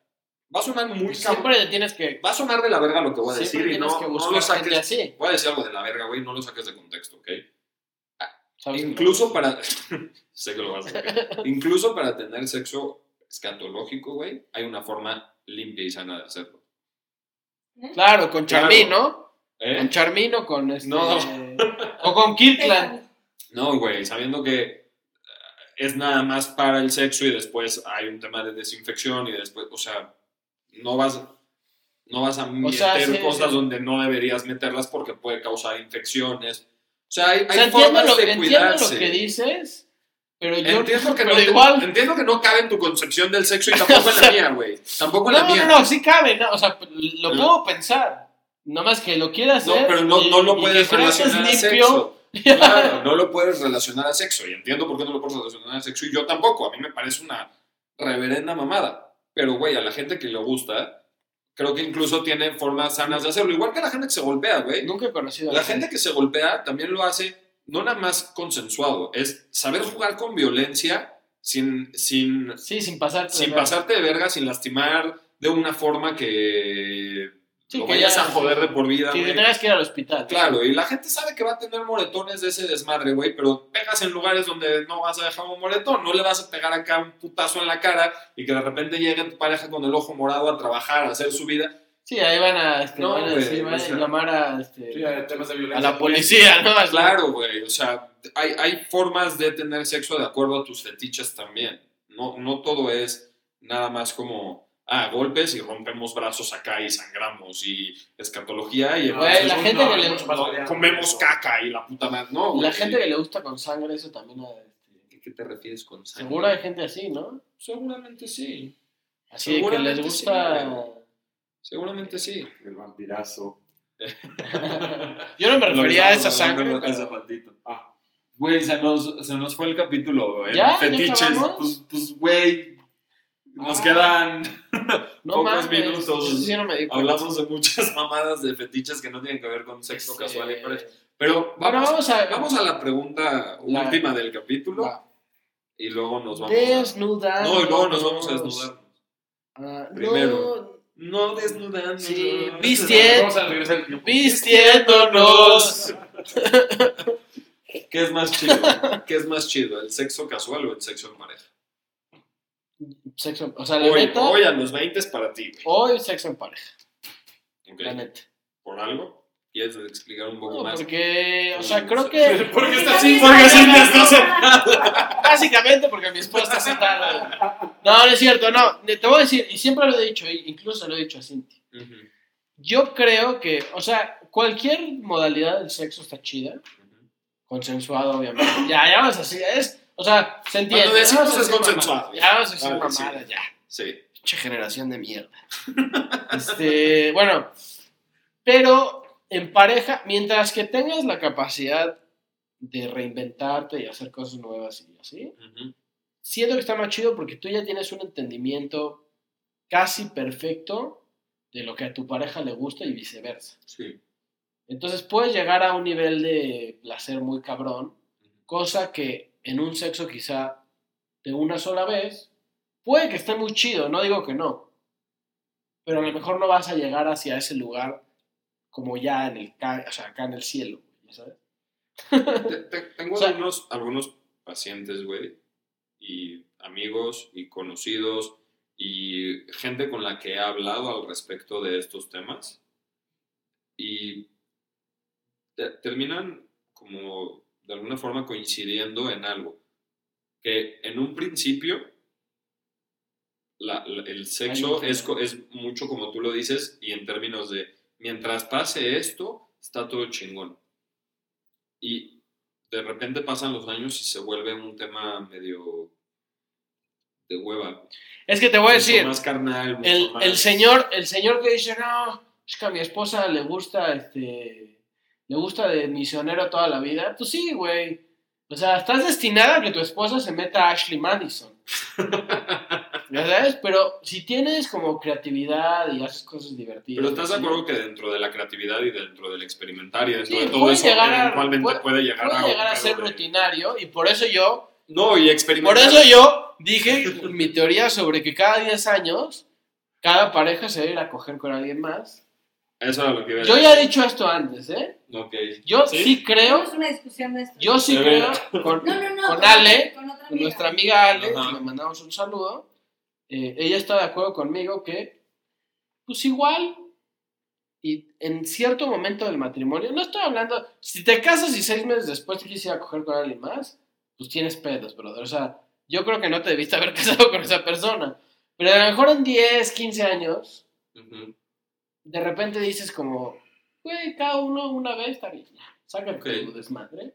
va a sonar muy cabrón. pues siempre le tienes que. Va a sonar de la verga lo que voy a decir siempre y no, tienes que no buscar lo gente saques. así. Voy a decir algo de la verga, güey, no lo saques de contexto, ¿ok? ¿sabes? Incluso para. sé que lo vas a hacer. Incluso para tener sexo escatológico, güey, hay una forma limpia y sana de hacerlo. Claro, con Claro. Charmín, ¿no? Con ¿Eh? Charmín o con este. No. O con Kirkland. No, güey, sabiendo que eh, es nada más para el sexo y después hay un tema de desinfección y después, o sea, no vas. No vas a meter sea, sí, cosas sí. donde no deberías meterlas porque puede causar infecciones. O sea, hay, O sea, hay entiendo formas lo, de entiendo cuidarse. lo que dices, pero yo Entiendo que, pero no te- igual. entiendo que no cabe en tu concepción del sexo y tampoco en la mía, güey. Tampoco en la no, mía. no, no, sí cabe, no, o sea, lo No. puedo pensar. Nomás que lo quiera No, hacer. pero no, y- no lo y puedes que creas que es relacionar a limpio. sexo. Claro, no lo puedes relacionar a sexo. Y entiendo por qué no lo puedes relacionar a sexo. Y yo tampoco. A mí me parece una reverenda mamada. Pero, güey, a la gente que le gusta, creo que incluso tiene formas sanas de hacerlo. Igual que la gente que se golpea, güey. Nunca he conocido a La gente que se golpea también lo hace, no nada más consensuado. Es saber jugar con violencia sin, sin, Sí, sin pasar. sin pasarte de verga, sin lastimar de una forma que Sí, lo que vayas ya- a joder de por vida, Que güey. tengas que ir al hospital. Claro, y la gente sabe que va a tener moretones de ese desmadre, güey, pero pegas en lugares donde no vas a dejar un moretón, no le vas a pegar acá un putazo en la cara y que de repente llegue tu pareja con el ojo morado a trabajar, a hacer su vida. Sí, ahí van a, este, No, van a, güey, sí, van o sea, a llamar a, este, Sí, hay temas de a violencia. la policía, ¿no? Así. Claro, güey, o sea, hay, hay formas de tener sexo de acuerdo a tus fetiches también. No, no todo es nada más como, ah, golpes y rompemos brazos acá y sangramos y escatología y Güey, entonces la un- gente no, que le- no, comemos caca y la puta madre. No, La güey. gente que le gusta con sangre, eso también. eh, ¿Qué- ¿Qué te refieres con sangre? Seguro hay gente así, ¿no? Seguramente sí. Así de que les Seguramente gusta. sí, Seguramente sí. El vampirazo. Yo no me Lo refería a mismo, esa lo sangre. mismo, pero- esa- Ah, Güey, se nos, se nos fue el capítulo, güey. ¿Ya? ¿Ya Fetiches. acabamos? Pues, pues, güey. Nos Ah. quedan. No Pocos mames, minutos. eso sí no me di cuenta. Hablamos de muchas mamadas de fetiches que no tienen que ver con sexo Este, casual y pareja. Pero Bueno, vamos, vamos a. vamos a la pregunta La- última del capítulo Va. y luego nos vamos. A... Desnudar. No, y luego nos vamos a desnudar. Ah, Primero. No desnudando. Sí, vistien- Vamos a regresar al no, tiempo. vistiéndonos. ¿Qué es más chido? ¿Qué es más chido? ¿El sexo casual o el sexo en pareja? Sexo, o sea, la Hoy, neta, hoy a los 20 es para ti, güey. hoy sexo en pareja, Ok. la neta. ¿Por algo? ¿Quieres explicar un poco No, más? porque, o sea, Mm, creo sí. que ¿Por qué está así? Porque sientes, no sé. básicamente porque mi esposa está sentada. No, no es cierto, no. Te voy a decir, y siempre lo he dicho, e incluso lo he dicho a Cinti. Ujú, Yo creo que, o sea, cualquier modalidad del sexo está chida, ujú. consensuado, obviamente. Ya, ya vamos así, es, o sea, se entiende. Cuando decimos ya vamos es a decir consensuado. mamadas, Ya vamos a decir Vale, sí. mamadas, ya. Sí. Pinche generación de mierda. Este, bueno, pero en pareja, mientras que tengas la capacidad de reinventarte y hacer cosas nuevas y así, Ujú. siento que está más chido porque tú ya tienes un entendimiento casi perfecto de lo que a tu pareja le gusta y viceversa. Sí. Entonces puedes llegar a un nivel de placer muy cabrón, cosa que en un sexo quizá de una sola vez puede que esté muy chido, no digo que no, pero a lo mejor no vas a llegar hacia ese lugar como ya en el, ca- o sea, acá en el cielo, ya ¿sabes? Te- te- tengo O sea- algunos, algunos pacientes, güey, y amigos y conocidos y gente con la que he hablado al respecto de estos temas y te- terminan como de alguna forma coincidiendo en algo. Que en un principio la- la- el sexo Hay un- es, co- es mucho como tú lo dices y en términos de mientras pase esto, está todo chingón. Y de repente pasan los años y se vuelve un tema medio de hueva. Es que te voy a Mucho decir, más carnal, mucho el, más- el señor, el señor que dice, no, es que a mi esposa le gusta, este, le gusta de misionero toda la vida. Pues sí, güey. O sea, estás destinada a que tu esposa se meta a Ashley Madison. ¿Ya sabes? Pero si tienes como creatividad y haces cosas divertidas. Pero estás de ¿sí? acuerdo que dentro de la creatividad y dentro del experimentar y dentro Sí, de todo puede eso, llegar a- eventualmente puede- puede, llegar Puede a. un llegar a pedo ser de- rutinario y por eso yo No, y Por experimentar. eso yo dije mi teoría sobre que cada 10 años cada pareja se va a ir a coger con alguien más. Eso era lo que iba a Yo decir. ya he dicho esto antes, ¿eh? Ok. Yo sí, ¿Sí? Tenemos creo, una discusión de esto. yo sí De creo, veras. con, no, no, no. con Ale, con otra con amiga. nuestra amiga Ale, Ajá. le mandamos un saludo, eh, ella está de acuerdo conmigo que, pues igual, y en cierto momento del matrimonio, no estoy hablando, si te casas y seis meses después te quisiera coger con alguien más, pues tienes pedos, brother. O sea, yo creo que no te debiste haber casado con esa persona. Pero a lo mejor en 10, 15 años, Ujú. de repente dices como, güey, cada uno una vez está bien, ya, sácate Ok. tu desmadre.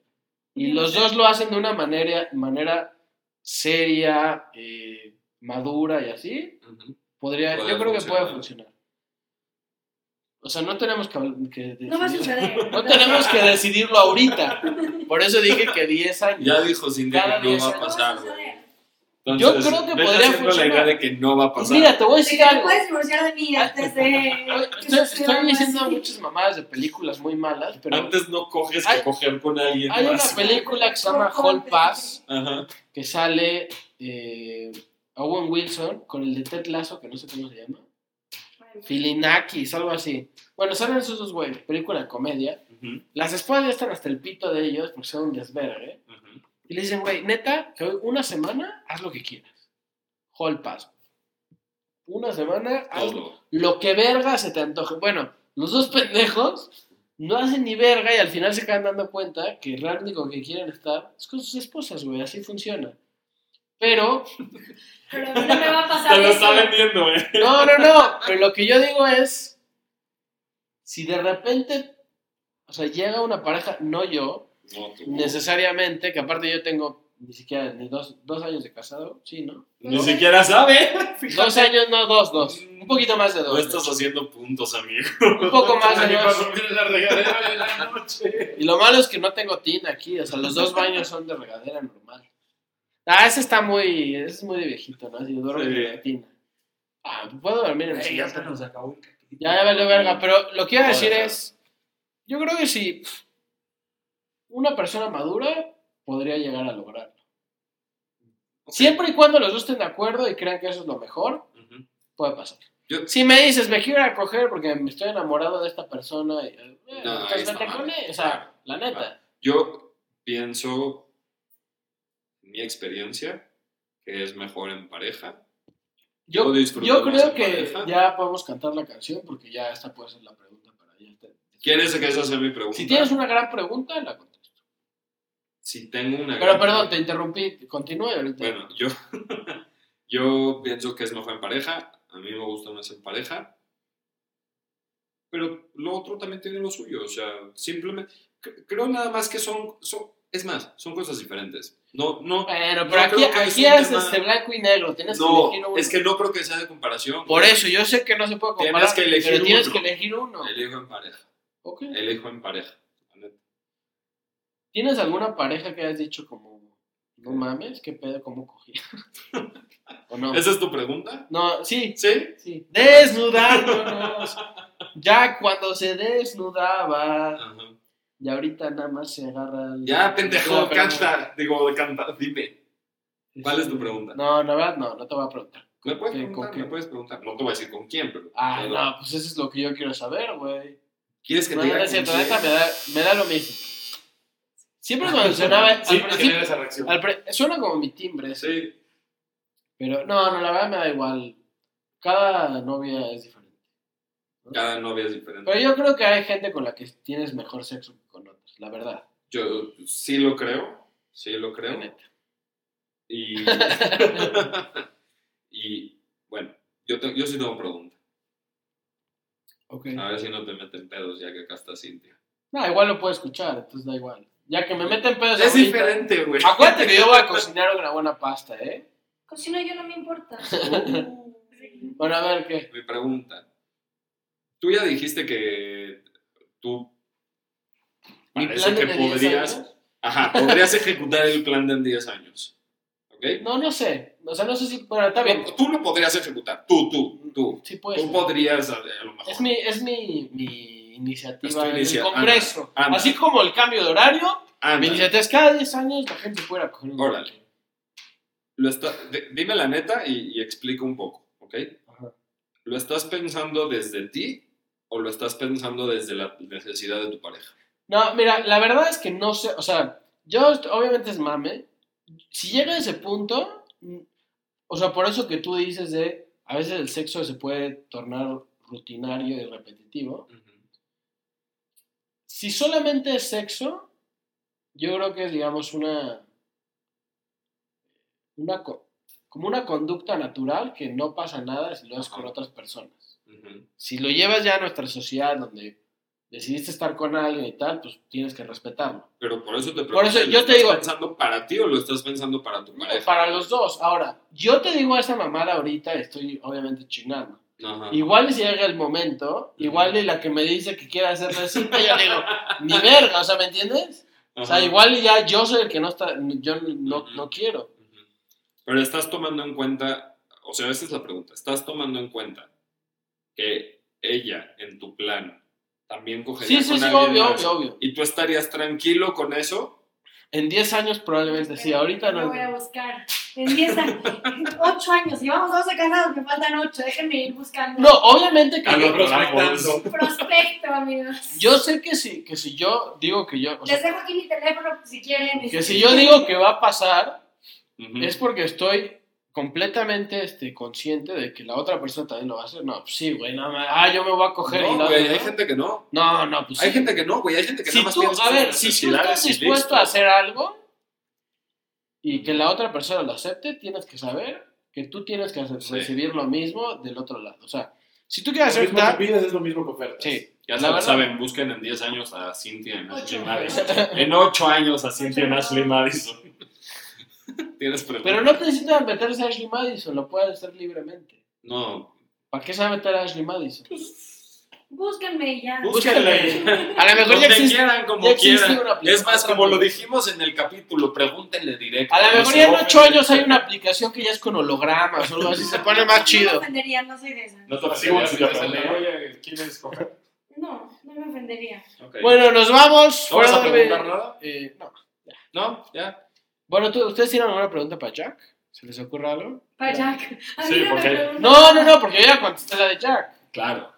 Y los dos lo hacen de una manera, manera seria, eh, madura y así. Ujú. Podría, Puede yo creo que puede funcionar. funcionar. O sea, no tenemos que, habl- que No va a decidir- suceder. no tenemos que decidirlo ahorita. Por eso dije que 10 años. Ya dijo Cintia Cada que no diez va a años. No pasar. güey. suceder. Entonces, Yo creo que vete podría haciendo la funcionar. idea de que no va a Pues pasar. mira, te voy a Así decir que no algo. puedes divorciar de mí antes de. Estoy, estoy diciendo muchas mamadas de películas muy malas, pero Antes no coges Hay- que coger con alguien hay una más. película que se llama Hall Pass Ajá. que sale eh, Owen Wilson con el de Ted Lasso, que no sé cómo se llama, Filinakis, algo así. Bueno, salen esos dos güeyes, película de comedia. Ujú, Las esposas ya están hasta el pito de ellos porque son un desvergue. ujú. Y le dicen, güey, neta, que hoy una semana haz lo que quieras. Hall Pass. Una semana haz Todo. lo que verga se te antoje. Bueno, los dos pendejos no hacen ni verga y al final se acaban dando cuenta que realmente con que quieren estar es con sus esposas, güey, así funciona. Pero, Pero no me va a pasar. Te lo eso. está vendiendo, eh. no, no, no, pero lo que yo digo es, si de repente, o sea, llega una pareja, no yo, No, tú. necesariamente, que aparte yo tengo ni siquiera ni dos, dos años de casado, sí, ¿no? Ni siquiera sabe. Dos años, no, dos, dos. Un poquito más de No dos. estás haciendo puntos, amigo. Un poco más de Ni para dos. subir la regadera de la noche. Y lo malo es que no tengo tina aquí, o sea, los dos baños son de regadera normal. Ah, ese está muy, ese es muy de viejito, ¿no? Así duerme Sí. en la tina. Ah, puedo dormir en la Ey, tina. ya se nos acabó. Ya, ya valió verga, pero lo que iba a Joder. decir es, yo creo que si una persona madura podría llegar a lograrlo. Siempre y cuando los dos estén de acuerdo y crean que eso es lo mejor, Ujú. puede pasar. Yo- Si me dices, me quiero ir a coger porque me estoy enamorado de esta persona, y, eh, No, ahí entonces está vete mal. Ah. con él, o sea, la neta. Claro. Yo pienso, en mi experiencia, que es mejor en pareja. Yo, Yo disfruto más yo creo en que pareja. ya podemos cantar la canción porque ya esta puede ser la pregunta para ella. ¿Quieres que esa sea mi pregunta? Si tienes una gran pregunta, la contesto. Si tengo una Pero gran- perdón, te interrumpí. Continúa y ahorita. Bueno, yo, yo pienso que es mejor en pareja. A mí me gusta más en pareja. Pero lo otro también tiene lo suyo. O sea, simplemente. cre- Creo nada más que son. son es más, son cosas diferentes. No, no. Bueno, yo pero aquí, creo que aquí es un es tema- este blanco y negro. Tienes que No, elegir uno. es que no creo que sea de comparación. Por eso, yo sé que no se puede Tienes comparar. que elegir pero tienes uno. que elegir uno. Elijo en pareja. Ok. Elijo en pareja. ¿Tienes alguna pareja que hayas dicho como, no mames, qué pedo, cómo cogí? ¿O no? ¿Esa es tu pregunta? No, sí, Sí. Sí. Desnudándonos. ya cuando se desnudaba. Ajá. Y ahorita nada más se agarra. el- Ya, pendejo, No, pero- canta. Digo, canta, dime. ¿Cuál es tu pregunta? No, la verdad no, no te voy a preguntar. ¿Me puedes ¿Qué- preguntar? con qué? ¿Me puedes preguntar? No te voy a decir con quién, pero. Ah, pero- no, pues eso es lo que yo quiero saber, güey. ¿Quieres que Ah, No, te diga con no es cierto, quién? neta me da, me da lo mismo. Siempre pues cuando sonaba. al Sí, me principio- genera esa reacción. al pre- suena como mi timbre, ese, Sí. pero no, no, la verdad me da igual. Cada novia es diferente. Cada novia es diferente. Pero yo creo que hay gente con la que tienes mejor sexo que con otras, la verdad. Yo sí lo creo. Sí lo la creo. neta. Y. y bueno, yo, te- yo sí tengo pregunta. Ok. Ah, A ver si no te meten pedos ya que acá está Cintia. No, igual lo puedo escuchar, entonces da igual. Ya que me meten pedos Es Pues ahorita. diferente, güey. Acuérdate que yo voy a cocinar una buena pasta, ¿eh? Cocino yo, no me importa. Bueno, a ver qué. Me preguntan. Tú ya dijiste que tú Mi parece plan que de 10 podrías, años. ajá, podrías ejecutar el plan de en 10 años. ¿Ok? No, no sé. O sea, no sé si. Bueno, está bien. Tú lo podrías ejecutar. Tú, tú, tú. Sí, pues. Tú podrías, a a lo mejor. Es mi, es mi, mi Es iniciativa tu en inicia- el Congreso. anda, anda. Así como el cambio de horario, mi Ándale. iniciativa es cada 10 años la gente pueda coger un Ah, Órale. Lo está- de- dime la neta y, y explica un poco, ¿ok? Ajá. ¿Lo estás pensando desde ti o lo estás pensando desde la necesidad de tu pareja? No, mira, la verdad es que no sé, o sea, yo est- obviamente es mame. Si llega a ese punto, mm, o sea, por eso que tú dices de, a veces el sexo se puede tornar rutinario y repetitivo. Si solamente es sexo, yo creo que es, digamos, una, una co- como una conducta natural que no pasa nada si lo haces con Ajá. otras personas Ujú. si lo llevas ya a nuestra sociedad donde decidiste estar con alguien y tal, pues tienes que respetarlo. Pero por eso te pregunto, Por eso ¿lo yo te estás digo- pensando para ti o lo estás pensando para tu pareja? Para los dos. Ahora, yo te digo esa mamada ahorita, estoy obviamente chingando. Ajá. Igual y si llega el momento, igual y la que me dice que quiere hacer la cinta, ya le digo, ni verga, o sea, ¿me entiendes? O sea, Ajá. igual y ya yo soy el que no está, yo no, no quiero. Ujú. Pero estás tomando en cuenta, o sea, esa es la pregunta, estás tomando en cuenta que ella en tu plan también cogería Sí, sí, con sí, alguien obvio, más? obvio, obvio. ¿Y tú estarías tranquilo con eso? En 10 años probablemente sí, ahorita Lo no. voy a buscar. En 10 años, 8 años. Llevamos 12 casados, me faltan 8. Déjenme ir buscando. No, obviamente que Ah, yo, no, prospectando. Prospecto, amigos. yo sé que si, que si yo digo que yo, o sea, Les dejo aquí mi teléfono pues, si quieren. este, que si yo digo que va a pasar, Ujú. es porque estoy completamente este, consciente de que la otra persona también lo va a hacer. No, pues sí, güey, nada más. Ah, yo me voy a coger y No, güey, la otra, hay ¿no? gente que no. No, no, pues Hay sí. gente que no, güey. Hay gente que si nada más tú, piensa a en ver, sus si tú necesidades estás y dispuesto listo. a hacer algo y que la otra persona lo acepte, tienes que saber que tú tienes que hacer- Sí. recibir lo mismo del otro lado. O sea, si tú quieres Lo mismo que aceptar, pides es lo mismo que ofertas. sí, Ya La saben, verdad- saben, busquen en 10 años a Cintia en Ocho. Ashley Madison. En 8 años a Cintia en Ocho. Ashley Madison. Tienes preguntas. pero no te necesitas meterse a Ashley Madison, lo puedes hacer libremente. No. ¿Para qué se va a meter a Ashley Madison? Búsquenme y ya. Búsquenle. A lo mejor ya Donde existe. quieran, como ya existe quieran. una aplicación. Es más, como lo dijimos en el capítulo, pregúntenle directo. A lo No mejor se ya en ofenden. ocho años hay una aplicación que ya es con hologramas o algo así, se pone más No me chido. ofendería, no soy de esas. No te Lo sigo en ofendas, su ya teléfono. sale. Oye, ¿quieres coger? No, no me ofendería. Ok. Bueno, nos vamos. ¿No vas a Fuera de- preguntar nada? Eh, no. No, ya. Bueno, ¿tú- ¿ustedes tienen alguna pregunta para Jack? ¿Se les ocurre algo? Para Jack. A mí Sí, no me porque- preguntan. No, no, no, porque yo ya contesté la de Jack. Claro.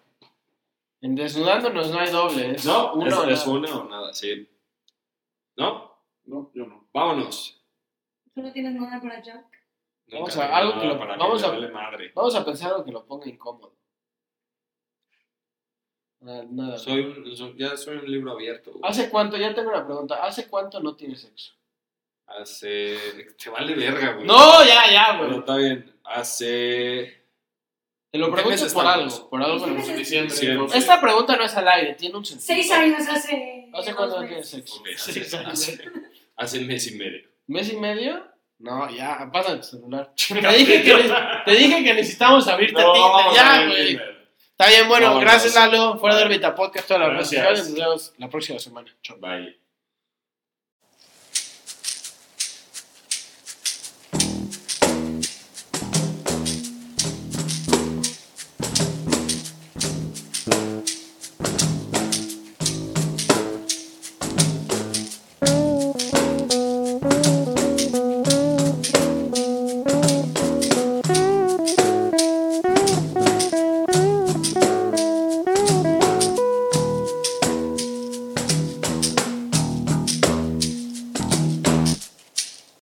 En Desnudándonos no hay dobles. No, uno es, nada. es uno o nada, sí. ¿No? No, yo pues, no. Vámonos. ¿Tú no tienes nada para Jack? Vamos Nunca a- digo algo nada que lo- para vamos le a- vale madre. Vamos a pensar algo que lo ponga incómodo. Nada, nada. Soy un, so- ya soy un libro abierto. güey. ¿Hace cuánto? Ya tengo una pregunta. ¿Hace cuánto no tienes sexo? Hace. Te vale verga, güey. No, ya, ya, Bueno, güey. está bien. Hace. Te lo ¿en qué pregunto mes por estamos? algo. Por algo. ¿En qué nos- mes pues Diciembre, Diciembre. no sé. Esta pregunta no es al aire, tiene un sentido. Seis años hace. ¿Hace cuánto no dos tienes meses. sexo? ok, hace, Seis años. hace, hace mes y medio. ¿Mes y medio? No, ya, pasa el celular. Te dije que, ne- te dije que necesitamos abrirte Tinder, ya, güey. Está bien, bueno, Vámonos. gracias Lalo. Fuera de órbita podcast, todas las redes Gracias. sociales. Nos vemos la próxima semana. Chao. Bye.